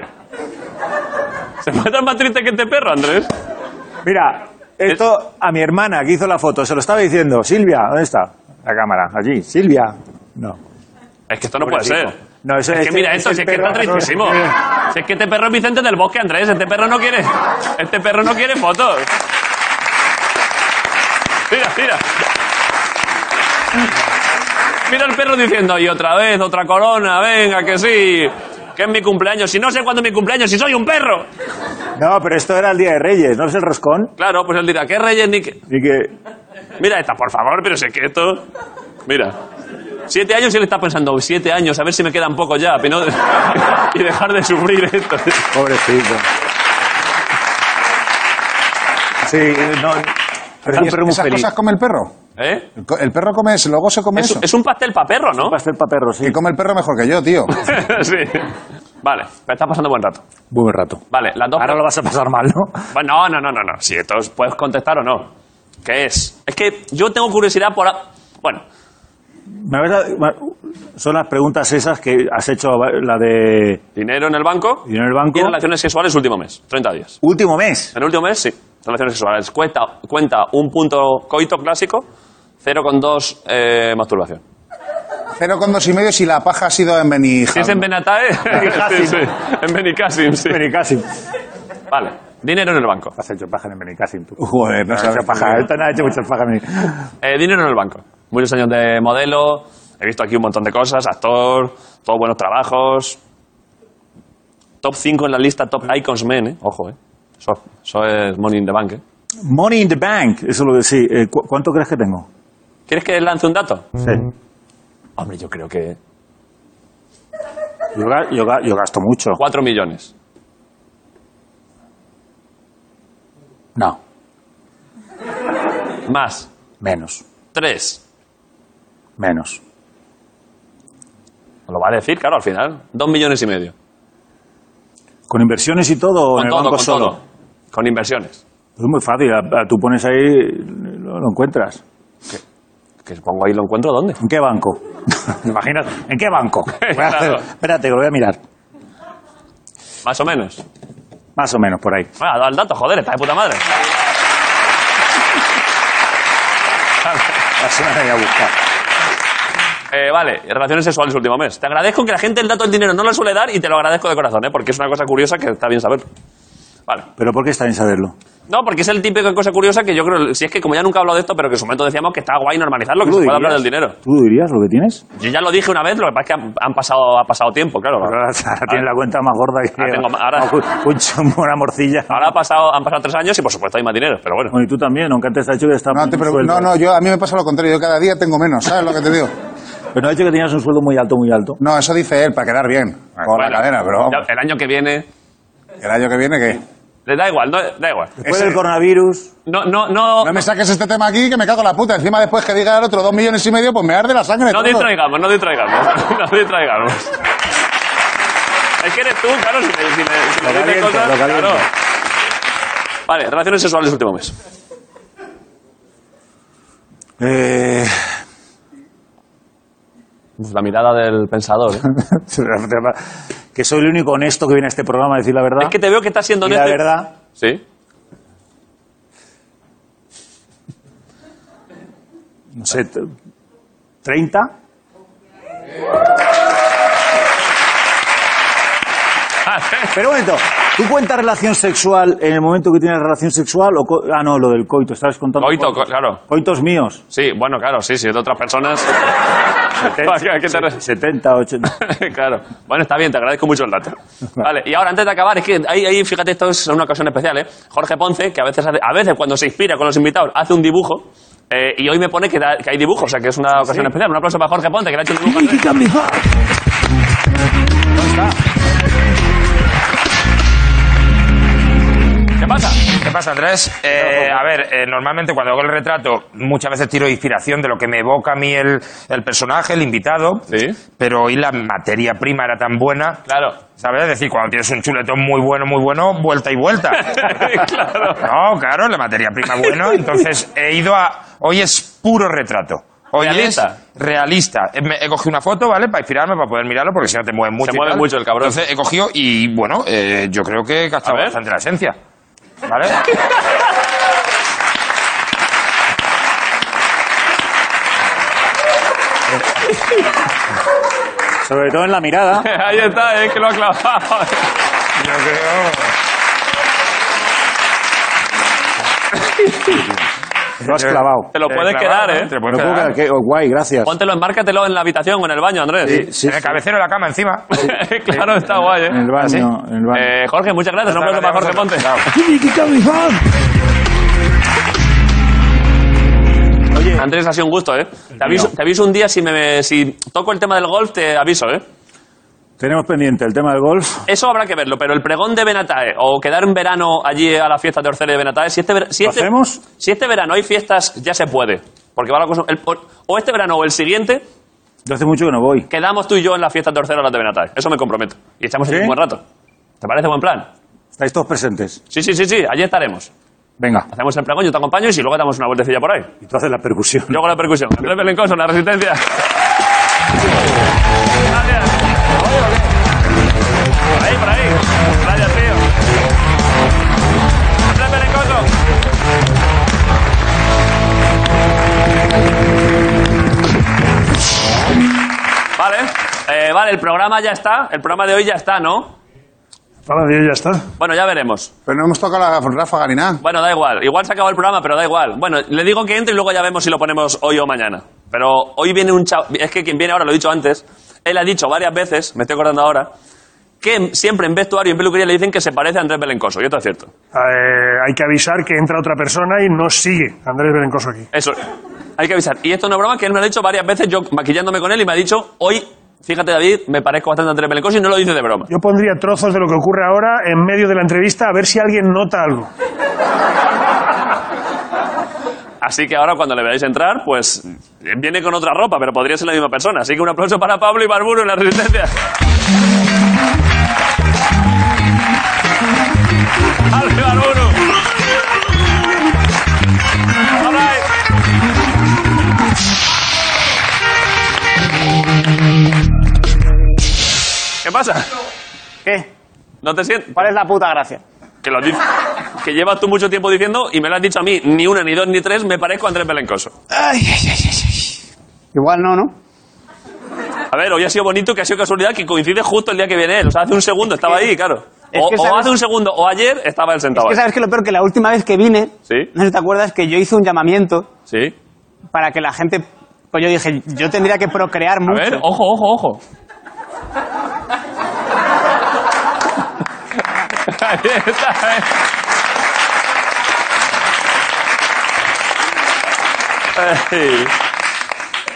S1: Se puede estar más triste que este perro, Andrés.
S7: Mira, esto a mi hermana que hizo la foto, se lo estaba diciendo. Silvia, ¿dónde está? La cámara, allí. Silvia. No.
S1: Es que esto no puede ser.
S7: No, eso
S1: es
S7: es-
S6: Este
S1: que mira
S7: es
S1: esto,
S7: el
S1: si es que
S7: perro-
S1: está tristísimo. Si es que este perro es Vicente del Bosque, Andrés. Este perro no quiere. Este perro no quiere fotos. Mira, mira. Mira el perro diciendo, y otra vez, otra corona, venga, que sí. Que es mi cumpleaños. Si no sé cuándo es mi cumpleaños, si soy un perro.
S7: No, pero esto era el Día de Reyes, ¿no es el roscón?
S1: Claro, pues él dirá, ¿qué reyes ni qué?
S7: Y que...
S1: Mira esta, por favor, pero si es que esto. Mira. Siete años y él está pensando, siete años, a ver si me quedan pocos ya, pero no- y dejar de sufrir esto.
S7: Pobrecito. Sí, no... Pero es un perro muy
S4: ¿Esas
S7: feliz.
S4: cosas come el perro?
S1: ¿Eh?
S4: El, co- el perro come, se- luego se come
S1: Es,
S4: eso.
S1: es un pastel para perro, ¿no?
S6: pastel para perros, sí.
S4: Que come el perro mejor que yo, tío.
S1: sí. Vale, pero está pasando buen rato.
S6: Buen rato.
S1: Vale, las dos.
S6: Ahora lo vas a pasar mal, ¿no?
S1: Bueno, no, no, no, no. Si esto os puedes contestar o no. ¿Qué es? Es que yo tengo curiosidad por. a- Bueno,
S6: Me vas a- ma- Son las preguntas esas que has hecho, la de
S1: dinero en el banco.
S6: Dinero en el banco.
S1: Y relaciones sexuales último mes, 30 días.
S7: Último mes.
S1: En el último mes, sí. Relaciones sexuales. Cuenta, cuenta un punto coito clásico, 0,2 eh, masturbación.
S4: Cero con dos y medio si la paja ha sido en Beniham.
S1: Si es en Benatae, sí, sí. en Benicassim, sí.
S6: ¿eh? Benicassim.
S1: Vale, dinero en el banco.
S6: Has hecho paja en el Benicassim, tú.
S4: Joder, no
S6: Has
S4: sabes.
S6: hecho paja, él también ha hecho muchas pajas en el-
S1: Eh, dinero en el banco. Muchos años de modelo, he visto aquí un montón de cosas, actor, todos buenos trabajos. Top 5 en la lista, top icons men, eh. Ojo, eh. Eso, eso es Money in the Bank, eh.
S6: Money in the Bank, eso lo decía. ¿Cuánto crees que tengo?
S1: ¿Quieres que lance un dato?
S6: Sí.
S1: Hombre, yo creo que...
S6: Yo, ga- yo ga- yo gasto mucho.
S1: 4 millones.
S6: No,
S1: Más.
S6: menos,
S1: 3.
S6: menos.
S1: Lo va a decir, claro, al final. 2 millones y medio.
S6: ¿Con inversiones y todo o en el banco solo?
S1: Con inversiones.
S6: Es muy fácil, a- a- tú pones ahí, lo, lo encuentras.
S1: Que supongo ahí lo encuentro, ¿dónde?
S6: ¿En qué banco? ¿Te imaginas? ¿En qué banco? Voy a hacer-
S1: Claro.
S6: espérate, que lo voy a mirar.
S1: Más o menos.
S6: Más o menos, por ahí.
S1: Bueno, ha dado el dato, joder, está de puta madre.
S6: Así me la voy a buscar.
S1: Eh, vale, relaciones sexuales último mes. Te agradezco que la gente el dato del dinero no lo suele dar y te lo agradezco de corazón, ¿eh? porque es una cosa curiosa que está bien saber. Vale.
S6: ¿Pero por qué está bien saberlo?
S1: No, porque es el típico de cosa curiosa que yo creo, si es que como ya nunca he hablado de esto, pero que en su momento decíamos que estaba guay normalizarlo, que
S6: ¿Tú
S1: se
S6: lo
S1: puede hablar del
S6: dirías?
S1: dinero.
S6: ¿Tú dirías lo que tienes?
S1: Yo ya lo dije una vez, lo que pasa es que han, han pasado, ha pasado tiempo, claro.
S6: Ahora, ahora tienes la cuenta más gorda que
S1: Ahora tengo- ahora-
S6: un chumbo, una morcilla.
S1: Ahora ha pasado, han pasado tres años y por supuesto hay más dinero, pero bueno.
S6: Bueno, y tú también, aunque antes te has dicho que estabas
S4: No, te preocup- no, no, yo, a mí me pasa lo contrario. Yo cada día tengo menos, ¿sabes lo que te digo?
S6: Pero no has dicho que tenías un sueldo muy alto, muy alto.
S4: No, eso dice él, para quedar bien. Con
S1: Bueno,
S4: la cadena, pero vamos,
S1: ya El año que viene.
S4: El año que viene, ¿qué?
S1: Le da igual, no, da igual.
S6: Después
S4: Ese-
S6: del coronavirus,
S1: No, no, no.
S4: No me saques este tema aquí que me cago en la puta. Encima después que diga el otro dos millones y medio, pues me arde la sangre.
S1: No
S4: todo.
S1: distraigamos, no distraigamos. No distraigamos. Es que eres tú, claro, si me, si me- si me dices
S6: caliento,
S1: cosas,
S6: lo caliento.
S1: claro. Vale, relaciones sexuales último mes.
S6: eh,
S1: Uf, la mirada del pensador. ¿eh?
S6: que soy el único honesto que viene a este programa a decir la verdad.
S1: Es que te veo que estás siendo
S6: Y la
S1: honesto.
S6: verdad.
S1: Sí.
S6: no sé, t- 30. Pero un momento, ¿tú cuentas relación sexual en el momento que tienes relación sexual? O co- ah, no, lo del coito, estabas contando.
S1: Coito,
S6: coitos?
S1: co- claro.
S6: Coitos míos.
S1: Sí, bueno, claro, sí, sí, de otras personas. ¿A qué te re-
S6: 70, 80.
S1: claro. Bueno, está bien, te agradezco mucho el dato. Vale, y ahora antes de acabar, es que ahí, ahí, fíjate, esto es una ocasión especial, ¿eh? Jorge Ponce, que a veces, hace- a veces cuando se inspira con los invitados, hace un dibujo. eh, y hoy me pone que, da- que hay dibujos, o sea que es una ocasión especial. Un aplauso para Jorge Ponce, que le ha hecho el dibujo. ¿Qué pasa?
S5: ¿Qué pasa, Andrés? Eh, a ver, eh, normalmente cuando hago el retrato, muchas veces tiro inspiración de lo que me evoca a mí el, el personaje, el invitado.
S1: Sí.
S5: Pero hoy la materia prima era tan buena.
S1: Claro.
S5: ¿Sabes? Es decir, cuando tienes un chuletón muy bueno, muy bueno, vuelta y vuelta.
S1: Claro.
S5: No, claro, la materia prima bueno. Entonces he ido a. Hoy es puro retrato. Hoy
S1: Realista.
S5: es realista. He, me- he cogido una foto, ¿vale? Para inspirarme, para poder mirarlo, porque si no te mueves mucho. y
S1: mueve
S5: tal.
S1: mucho el cabrón.
S5: Entonces he cogido y, bueno, eh, yo creo que he
S1: A
S5: gastado
S1: ver.
S5: bastante la esencia. ¿Vale?
S6: Sobre todo en la mirada.
S1: Ahí está, es que lo ha clavado.
S5: Yo creo.
S6: Lo has clavado.
S1: Te lo puedes quedar, ¿eh?
S5: Te
S6: Me
S5: lo
S6: puedo
S5: puedes quedar.
S6: quedar, qué- oh, guay, gracias.
S1: Póntelo, enmárcatelo en la habitación o en el baño, Andrés.
S6: Sí,
S5: en el cabecero de la cama, encima.
S1: claro, está guay, ¿eh?
S6: en el
S5: ¿Ah, sí?
S6: baño, en el baño.
S1: Eh, Jorge, muchas gracias. Un aplauso para Jorge Ponte.
S6: Oye,
S1: Andrés, ha sido un gusto, ¿eh? Te aviso, te aviso un día si, me, si toco el tema del golf, te aviso, ¿eh?
S6: tenemos pendiente el tema del golf.
S1: Eso habrá que verlo, pero el pregón de Benatae o quedar en verano allí a la fiesta de Orcel de Benatae, si este, ver- si
S6: ¿Lo
S1: este-
S6: hacemos?
S1: si este verano hay fiestas, ya se puede. Porque va la cosa. el- o- o este verano o el siguiente,
S6: Yo hace mucho que no voy.
S1: quedamos tú y yo en la fiesta de Orcel a las de Benatae. Eso me comprometo. Y echamos
S6: ¿Sí?
S1: un buen rato. ¿Te parece buen plan?
S6: Estáis todos presentes.
S1: Sí, sí, sí, sí, allí estaremos.
S6: Venga.
S1: Hacemos el pregón, yo te acompaño y si luego damos una vueltecilla por ahí.
S6: Y tú haces la percusión.
S1: Luego la percusión. Andrés Belencoso, la resistencia. Gracias. Por ahí, por ahí. Gracias, tío. Andrés Belencoso. Vale, eh, vale, el programa ya está. El programa de hoy ya está, ¿no?
S3: Para Dios, ya está.
S1: Bueno, ya veremos.
S4: Pero no hemos tocado la ráfaga ni nada.
S1: Bueno, da igual. Igual se acabó el programa, pero da igual. Bueno, le digo que entre y luego ya vemos si lo ponemos hoy o mañana. Pero hoy viene un chavo... Es que quien viene ahora, lo he dicho antes, él ha dicho varias veces, me estoy acordando ahora, que siempre en vestuario y en peluquería le dicen que se parece a Andrés Belencoso. Yo te acierto.
S3: Eh, hay que avisar que entra otra persona y no sigue Andrés Berencoso aquí.
S1: Eso. Hay que avisar. Y esto no es broma, que él me lo ha dicho varias veces, yo maquillándome con él, y me ha dicho, hoy, fíjate David, me parezco bastante a Andrés Belencoso y no lo dice de broma.
S3: Yo pondría trozos de lo que ocurre ahora en medio de la entrevista a ver si alguien nota algo.
S1: Así que ahora cuando le veáis entrar, pues eh, viene con otra ropa, pero podría ser la misma persona. Así que un aplauso para Pablo y Barburo en la resistencia. Pablo Ibarburu. All right. ¿Qué pasa?
S9: ¿Qué?
S1: ¿No te sientes?
S9: ¿Cuál es la puta gracia?
S1: Que, lo dices- que llevas tú mucho tiempo diciendo y me lo has dicho a mí, ni una, ni dos, ni tres, me parezco a Andrés Belencoso.
S9: Ay, ay, ay, ay, ay. Igual no, ¿no?
S1: A ver, hoy ha sido bonito que ha sido casualidad que coincide justo el día que viene él. O sea, hace un segundo estaba ahí, claro.
S9: Es
S1: O,
S9: que
S1: o
S9: sabes-
S1: hace un segundo, o ayer estaba él
S9: Es
S1: sentado
S9: que
S1: ahí.
S9: sabes que lo peor que la última vez que vine,
S1: Sí.
S9: no sé si te acuerdas, que yo hice un llamamiento
S1: Sí.
S9: para que la gente. Pues yo dije, yo tendría que procrear
S1: A
S9: mucho.
S1: ver, ojo, ojo, ojo. Ahí está, eh. Ey.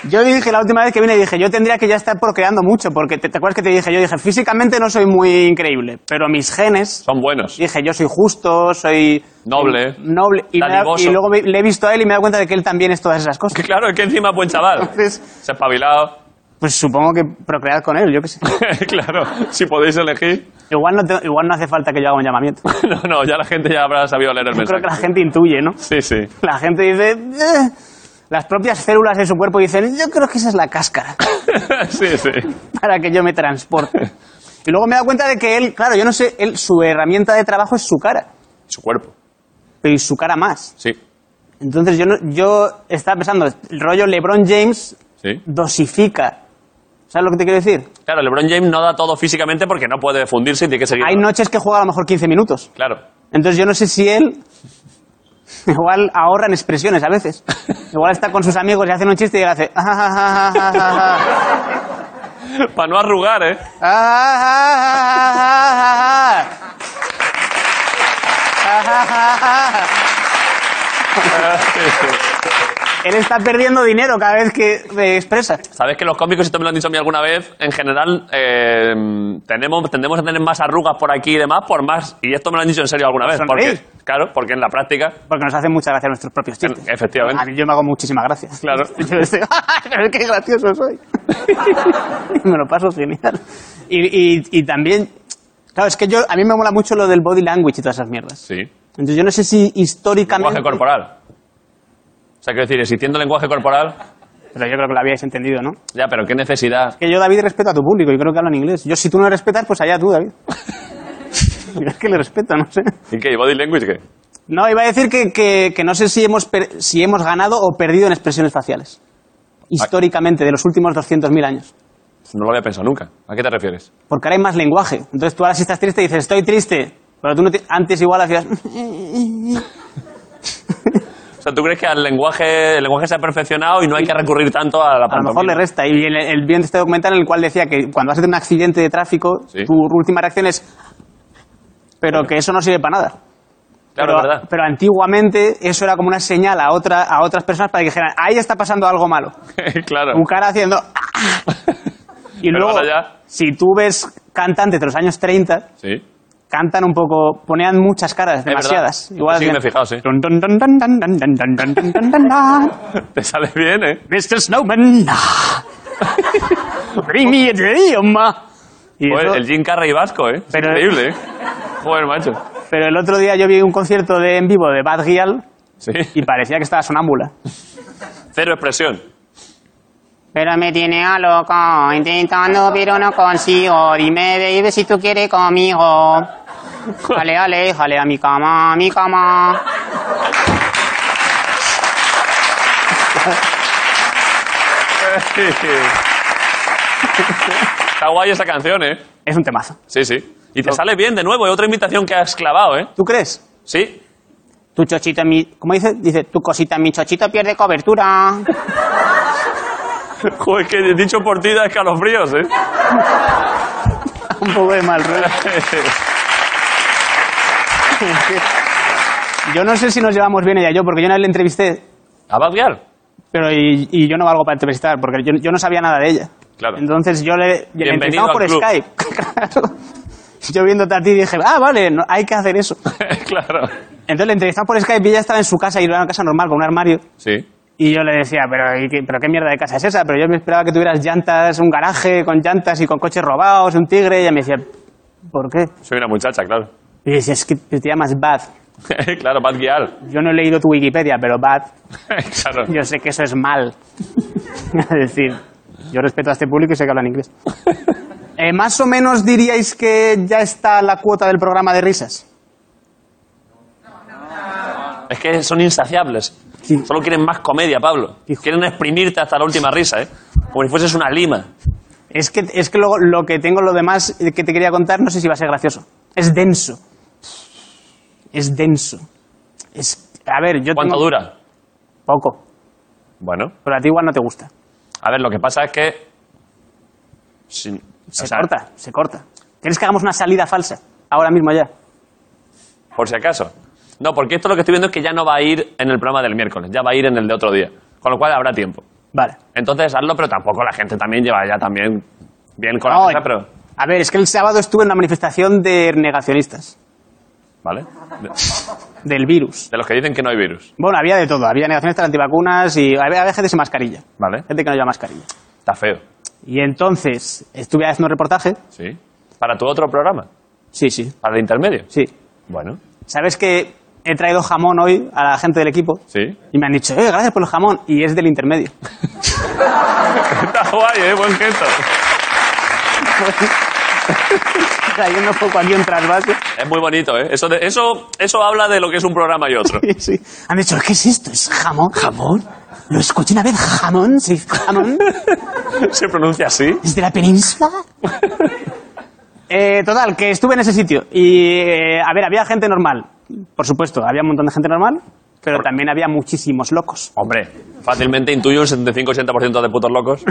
S9: Yo dije la última vez que vine, dije, yo tendría que ya estar procreando mucho, porque te, te acuerdas que te dije, yo dije, físicamente no soy muy increíble, pero mis genes,
S1: Son buenos.
S9: dije, yo soy justo, soy... eh,
S1: Noble.
S9: Noble. Y, me da-
S1: Dadivoso.
S9: y luego me- le he visto a él y me he dado cuenta de que él también es todas esas
S1: Que
S9: cosas.
S1: Claro, es que encima es buen chaval.
S9: Entonces,
S1: Se ha espabilado.
S9: pues supongo que procrear con él, yo qué sé.
S1: claro, si podéis elegir.
S9: Igual no, te- igual no hace falta que yo haga un llamamiento. Yo
S1: No, no, ya la gente ya habrá sabido leer el
S9: creo que la
S1: mensaje.
S9: gente intuye, ¿no?
S1: Sí, sí.
S9: La gente dice... "Eh". Las propias células de su cuerpo dicen, yo creo que esa es la cáscara.
S1: sí, sí.
S9: para que yo me transporte. Y luego me he dado cuenta de que él, claro, yo no sé, él, su herramienta de trabajo es su cara,
S1: Su cuerpo,
S9: pero y su cara más.
S1: sí.
S9: Entonces yo, no- yo estaba pensando, el rollo LeBron James
S1: Sí.
S9: dosifica. ¿Sabes lo que te quiero decir?
S1: Claro, LeBron James no da todo físicamente porque no puede fundirse y tiene que seguir.
S9: Hay noches que juega a lo mejor 15 minutos.
S1: Claro.
S9: Entonces yo no sé si él igual ahorra en expresiones a veces. Igual está con sus amigos y hacen un chiste y hace... "Ah, ah, ah, ah, ah, ah".
S1: Para no arrugar, ¿eh?
S9: Ah, ah, ah, ah, ah. Él está perdiendo dinero cada vez que me expresa.
S1: Sabes que los cómicos, esto me lo han dicho a mí alguna vez, en general eh, tenemos, tendemos a tener más arrugas por aquí y demás, por más. Y esto me lo han dicho en serio alguna vez. Porque,
S9: Sonreír.
S1: claro, porque en la práctica.
S9: Porque nos hacen mucha gracia nuestros propios chistes.
S1: Efectivamente.
S9: A mí yo me hago muchísimas gracias.
S1: Claro.
S9: Yo estoy, "Ay, pero qué gracioso soy. Y me lo paso genial. Y, y- y también, claro, es que yo, a mí me mola mucho lo del body language y todas esas mierdas.
S1: Sí.
S9: Entonces yo no sé si históricamente...
S1: Lenguaje corporal. O sea, quiero decir, existiendo lenguaje corporal.
S9: Pero yo creo que lo habíais entendido, ¿no?
S1: Ya, pero qué necesidad.
S9: Que yo, David, respeto a tu público, yo creo que hablan inglés. Yo, si tú no le respetas, pues allá tú, David. yo es que le respeto, no sé.
S1: ¿Y qué? ¿Y body language qué?
S9: No, iba a decir que, que- que no sé si hemos, per- si hemos ganado o perdido en expresiones faciales. Históricamente, de los últimos 200.000 años.
S1: No lo había pensado nunca. ¿A qué te refieres?
S9: Porque ahora hay más lenguaje. Entonces tú ahora si estás triste dices, estoy triste. Pero tú no te- antes igual hacías...
S1: O sea, ¿tú crees que al lenguaje, el lenguaje se ha perfeccionado y no hay que recurrir tanto a la
S9: A lo mejor
S1: pantomima?
S9: le resta. Y el, el bien de este documental en el cual decía que cuando vas a tener un accidente de tráfico,
S1: Sí.
S9: tu última reacción es... Pero que eso no sirve para nada.
S1: Claro,
S9: pero,
S1: verdad.
S9: pero antiguamente eso era como una señal a, otra, a otras personas para que dijeran, ahí está pasando algo malo.
S1: claro.
S9: Un cara haciendo... y
S1: Pero
S9: luego,
S1: ahora ya-
S9: si tú ves cantantes de los años 30,
S1: Sí.
S9: cantan un poco, ponían muchas caras, demasiadas.
S1: verdad. Sí que me he fijado, sí.
S9: Dun, dun, dun, dun, dun, dun, dun, dun, dun, dun, dun, dun, dun.
S1: Te sale bien, ¿eh?
S9: Mr. Snowman. ah. Bring me a dream. ah. Y
S1: Joder,
S9: eso-
S1: el Jim Carrey vasco, ¿eh? Es
S9: Pero-
S1: increíble, ¿eh? Joder, macho.
S9: Pero el otro día yo vi un concierto de en vivo de Bad Gyal
S1: Sí.
S9: y parecía que estaba sonámbula.
S1: Cero expresión.
S9: Pero me tiene a loco, intentando, pero no consigo. Dime, baby, si tú quieres conmigo. Jale, jale, jale a mi cama, a mi cama.
S1: Está guay esa canción, ¿eh?
S9: Es un temazo.
S1: Sí, sí. Y te sale bien de nuevo. Hay otra invitación que has clavado, ¿eh?
S9: ¿Tú crees?
S1: Sí.
S9: Tu chochito en mi... ¿Cómo dice? Dice, tu cosita en mi chochito pierde cobertura.
S1: Joder, que he dicho por ti da escalofríos, ¿eh?
S9: un poco de mal rollo. Yo no sé si nos llevamos bien ella y yo, porque yo una vez le entrevisté,
S1: ¿A Bad Gyal?
S9: pero y, y yo no valgo para entrevistar, porque yo, yo no sabía nada de ella.
S1: Claro.
S9: Entonces yo le, le
S1: Bienvenido
S9: entrevistamos
S1: al
S9: por
S1: club.
S9: Skype. claro. Yo viéndote a ti dije, ah, vale, no- hay que hacer eso.
S1: claro.
S9: Entonces le entrevistamos por Skype y ella estaba en su casa y era una casa normal con un armario.
S1: Sí.
S9: Y yo le decía, pero, ¿y qué, pero qué mierda de casa es esa? Pero yo me esperaba que tuvieras llantas, un garaje con llantas y con coches robados, un tigre. Y ella me decía, ¿por qué?
S1: Soy una muchacha, claro.
S9: Y yo decía, es que te llamas Bad.
S1: claro, Bad Gyal.
S9: Yo no he leído tu Wikipedia, pero Bad
S1: claro.
S9: Yo sé que eso es mal. es decir, yo respeto a este público y sé que hablan inglés. Eh, más o menos diríais que ya está la cuota del programa de risas.
S1: Es que son insaciables.
S9: Sí.
S1: Solo quieren más comedia, Pablo.
S9: Hijo.
S1: Quieren exprimirte hasta la última risa, ¿eh? Como si fueses una lima.
S9: Es que, es que luego lo que tengo, lo demás eh, que te quería contar, no sé si va a ser gracioso. Es denso. Es denso. Es, a ver, yo
S1: ¿Cuánto
S9: tengo-
S1: dura?
S9: Poco.
S1: Bueno.
S9: Pero a ti igual no te gusta.
S1: A ver, lo que pasa es que... sin-
S9: Se
S1: o sea,
S9: corta, se corta. ¿Quieres que hagamos una salida falsa? Ahora mismo ya.
S1: Por si acaso. No, porque esto lo que estoy viendo es que ya no va a ir en el programa del miércoles, ya va a ir en el de otro día. Con lo cual habrá tiempo.
S9: Vale.
S1: Entonces hazlo, pero tampoco la gente también lleva ya también bien con
S9: No,
S1: la cosa, pero.
S9: A ver, es que el sábado estuve en una manifestación de negacionistas,
S1: ¿Vale? De,
S9: del virus.
S1: de los que dicen que no hay virus.
S9: Bueno, había de todo. Había negacionistas, antivacunas y había, había gente sin mascarilla.
S1: Vale.
S9: Gente que no lleva mascarilla.
S1: Está feo.
S9: Y entonces estuve haciendo un reportaje.
S1: ¿Sí? ¿Para tu otro programa?
S9: Sí, sí,
S1: ¿Para el intermedio?
S9: sí.
S1: Bueno,
S9: ¿Sabes que he traído jamón hoy a la gente del equipo?
S1: sí.
S9: Y me han dicho, eh, gracias por el jamón. Y es del intermedio.
S1: Está guay, ¿eh? Buen gesto.
S9: Cayendo un poco aquí un trasvase.
S1: Es muy bonito, ¿eh? Eso, de- eso, eso habla de lo que es un programa y otro.
S9: Sí. Han dicho, ¿qué es esto? ¿Es jamón? ¿Jamón? Lo escuché una vez, jamón, sí, jamón.
S1: ¿Se pronuncia así?
S9: ¿Es de la península? Eh, total, que estuve en ese sitio. Y, eh, a ver, había gente normal. Por supuesto, había un montón de gente normal. Pero también había muchísimos locos.
S1: Hombre, fácilmente intuyo un 75-80% de putos locos.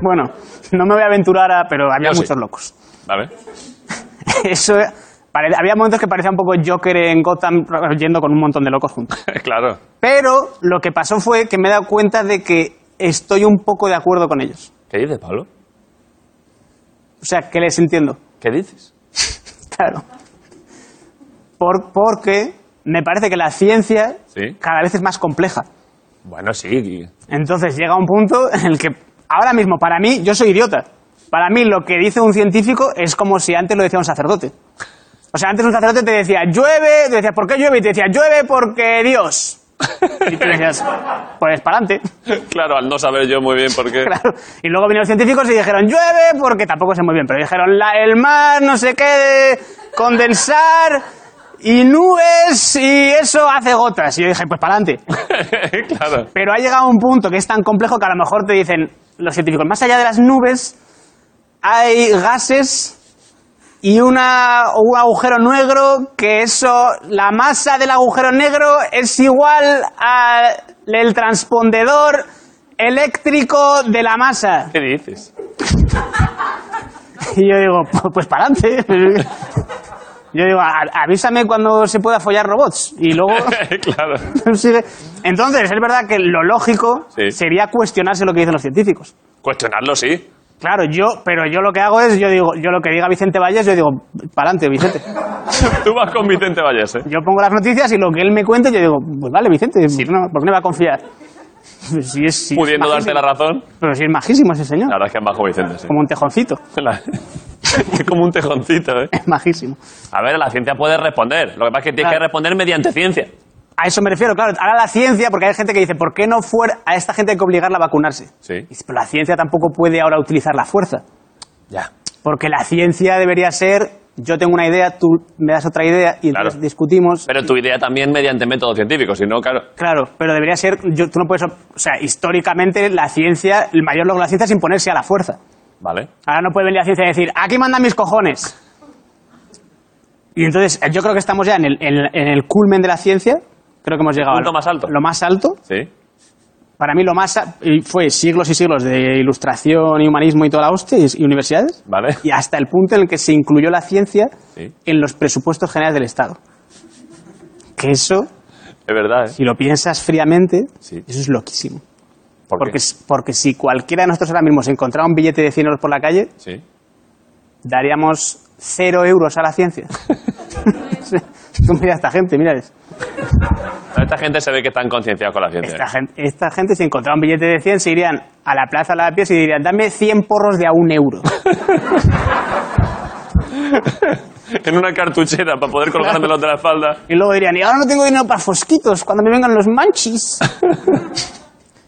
S9: bueno, no me voy a aventurar a... Pero había
S1: Yo sí.
S9: muchos locos.
S1: Vale.
S9: Eso... pare- Había momentos que parecía un poco Joker en Gotham yendo con un montón de locos juntos.
S1: Claro.
S9: Pero lo que pasó fue que me he dado cuenta de que estoy un poco de acuerdo con ellos.
S1: ¿Qué dices, Pablo?
S9: O sea, que les entiendo.
S1: ¿Qué dices?
S9: Claro. Por, porque me parece que la ciencia
S1: Sí.
S9: cada vez es más compleja.
S1: Bueno, sí.
S9: Entonces llega un punto en el que ahora mismo, para mí, yo soy idiota. Para mí lo que dice un científico es como si antes lo decía un sacerdote. O sea, antes un sacerdote te decía, llueve, te decía, ¿por qué llueve? Y te decía, llueve porque Dios. Y tú decías, pues para adelante.
S1: Claro, al no saber yo muy bien por qué.
S9: Claro. Y luego vinieron los científicos y dijeron llueve porque tampoco sé muy bien, pero dijeron la- el mar, no sé qué, de condensar y nubes y eso hace gotas. Y yo dije, pues para adelante.
S1: claro.
S9: Pero ha llegado un punto que es tan complejo que a lo mejor te dicen los científicos, más allá de las nubes hay gases y una, un agujero negro que eso, la masa del agujero negro es igual al transpondedor eléctrico de la masa.
S1: ¿Qué dices?
S9: Y yo digo, "Pu- pues para adelante. Yo digo, "A- avísame cuando se pueda follar robots. Y luego
S1: claro.
S9: sigue. Entonces, es verdad que lo lógico
S1: Sí.
S9: sería cuestionarse lo que dicen los científicos.
S1: Cuestionarlo, sí.
S9: Claro, yo, pero yo lo que hago es, yo digo, yo lo que diga Vicente Valles, yo digo, para adelante, Vicente.
S1: Tú vas con Vicente Vallés, ¿eh?
S9: Yo pongo las noticias y lo que él me cuente, yo digo, pues vale, Vicente, ¿por, qué no, por qué no va a confiar? Pues Si es, si es
S1: Pudiendo darte
S9: majísimo.
S1: la razón.
S9: Pero si es majísimo ese señor,
S1: La verdad es que es bajo Vicente, sí.
S9: como un tejoncito,
S1: La- Es como un tejoncito, ¿eh?
S9: es majísimo.
S1: A ver, la ciencia puede responder. Lo que pasa es que tienes
S9: Claro.
S1: que responder mediante ciencia.
S9: A eso me refiero, claro. Ahora la ciencia, porque hay gente que dice, ¿por qué no fuera a esta gente hay que obligarla a vacunarse?
S1: Sí.
S9: Y dice, pero la ciencia tampoco puede ahora utilizar la fuerza.
S1: Ya.
S9: Porque la ciencia debería ser, yo tengo una idea, tú me das otra idea y
S1: Claro.
S9: entonces discutimos.
S1: Pero tu idea también mediante método científico, si no, claro.
S9: Claro, pero debería ser, yo- tú no puedes, op- o sea, históricamente la ciencia, el mayor logro de la ciencia es imponerse a la fuerza.
S1: Vale.
S9: Ahora no puede venir la ciencia y decir, aquí mandan mis cojones. Y entonces, eh, yo creo que estamos ya en el, en, en el culmen de la ciencia. Creo que hemos llegado a
S1: punto
S9: lo-
S1: más alto.
S9: Lo más alto.
S1: Sí.
S9: Para mí lo más a- y fue siglos y siglos de ilustración y humanismo y toda la hostia y, y universidades.
S1: Vale.
S9: Y hasta el punto en el que se incluyó la ciencia
S1: Sí.
S9: en los presupuestos generales del Estado. Que eso,
S1: Es verdad, ¿eh?
S9: si lo piensas fríamente,
S1: Sí.
S9: eso es loquísimo.
S1: ¿Por
S9: porque,
S1: qué?
S9: s- porque si cualquiera de nosotros ahora mismo se encontraba un billete de 100 euros por la calle,
S1: Sí.
S9: daríamos cero euros a la ciencia. Tú mira a esta gente, mira.
S1: Esta gente se ve que están concienciados con la ciencia.
S9: Esta gente, esta gente, si encontrara un billete de 100, se irían a la plaza de la pies y dirían, dame 100 porros de a un euro.
S1: ¿eh? en una cartuchera para poder colgármelos de la espalda.
S9: Y luego dirían, y ahora no tengo dinero para fosquitos, cuando me vengan los manchis.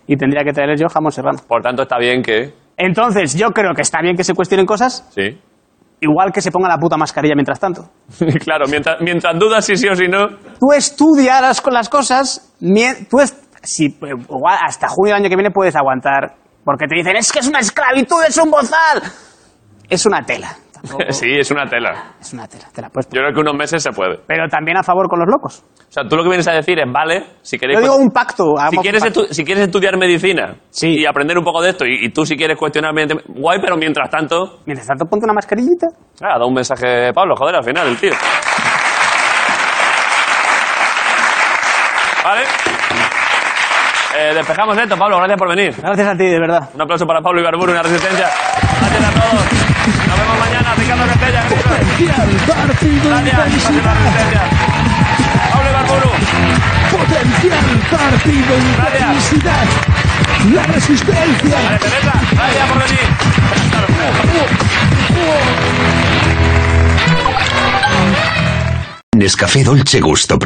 S9: y tendría que traerles yo jamón serrano.
S1: Por tanto, está bien que.
S9: Entonces, yo creo que está bien que se cuestionen cosas,
S1: Sí.
S9: igual que se ponga la puta mascarilla mientras tanto.
S1: claro, mientras, mientras dudas si sí o si no.
S9: Tú estudias las, co- las cosas, mie- tú es- si, pues, igual hasta junio del año que viene puedes aguantar, porque te dicen, es que es una esclavitud, es un bozal. Es una tela. Tampoco-
S1: Sí, es una tela.
S9: Es una tela, te la puedes
S1: Yo
S9: poner.
S1: creo que unos meses se puede.
S9: Pero también a favor con los locos.
S1: O sea, tú lo que vienes a decir es, vale, si queréis.
S9: Yo digo un pacto.
S1: pues, Si
S9: hagamos
S1: quieres,
S9: un pacto.
S1: estu- si quieres estudiar medicina
S9: Sí.
S1: y aprender un poco de esto, y, y tú si quieres cuestionar, mediante- guay, pero mientras tanto,
S9: Mientras tanto, ponte una mascarillita.
S1: ah, ha dado un mensaje Pablo, joder, al final, el tío. Vale. Eh, despejamos esto, Pablo, gracias por venir.
S9: Gracias a ti, de verdad.
S1: Un aplauso para Pablo Ibarburu, una resistencia. Gracias a todos. Nos vemos mañana, Ricardo Castella.
S10: Potencial partido de
S1: Gracias, gracias la
S10: felicidad.
S1: resistencia. Pablo Ibarburu,
S10: Potencial partido de
S1: Gracias.
S10: felicidad. La resistencia.
S1: María Teresa, gracias por venir. Buenas tardes.
S10: Nescafé Dolce Gusto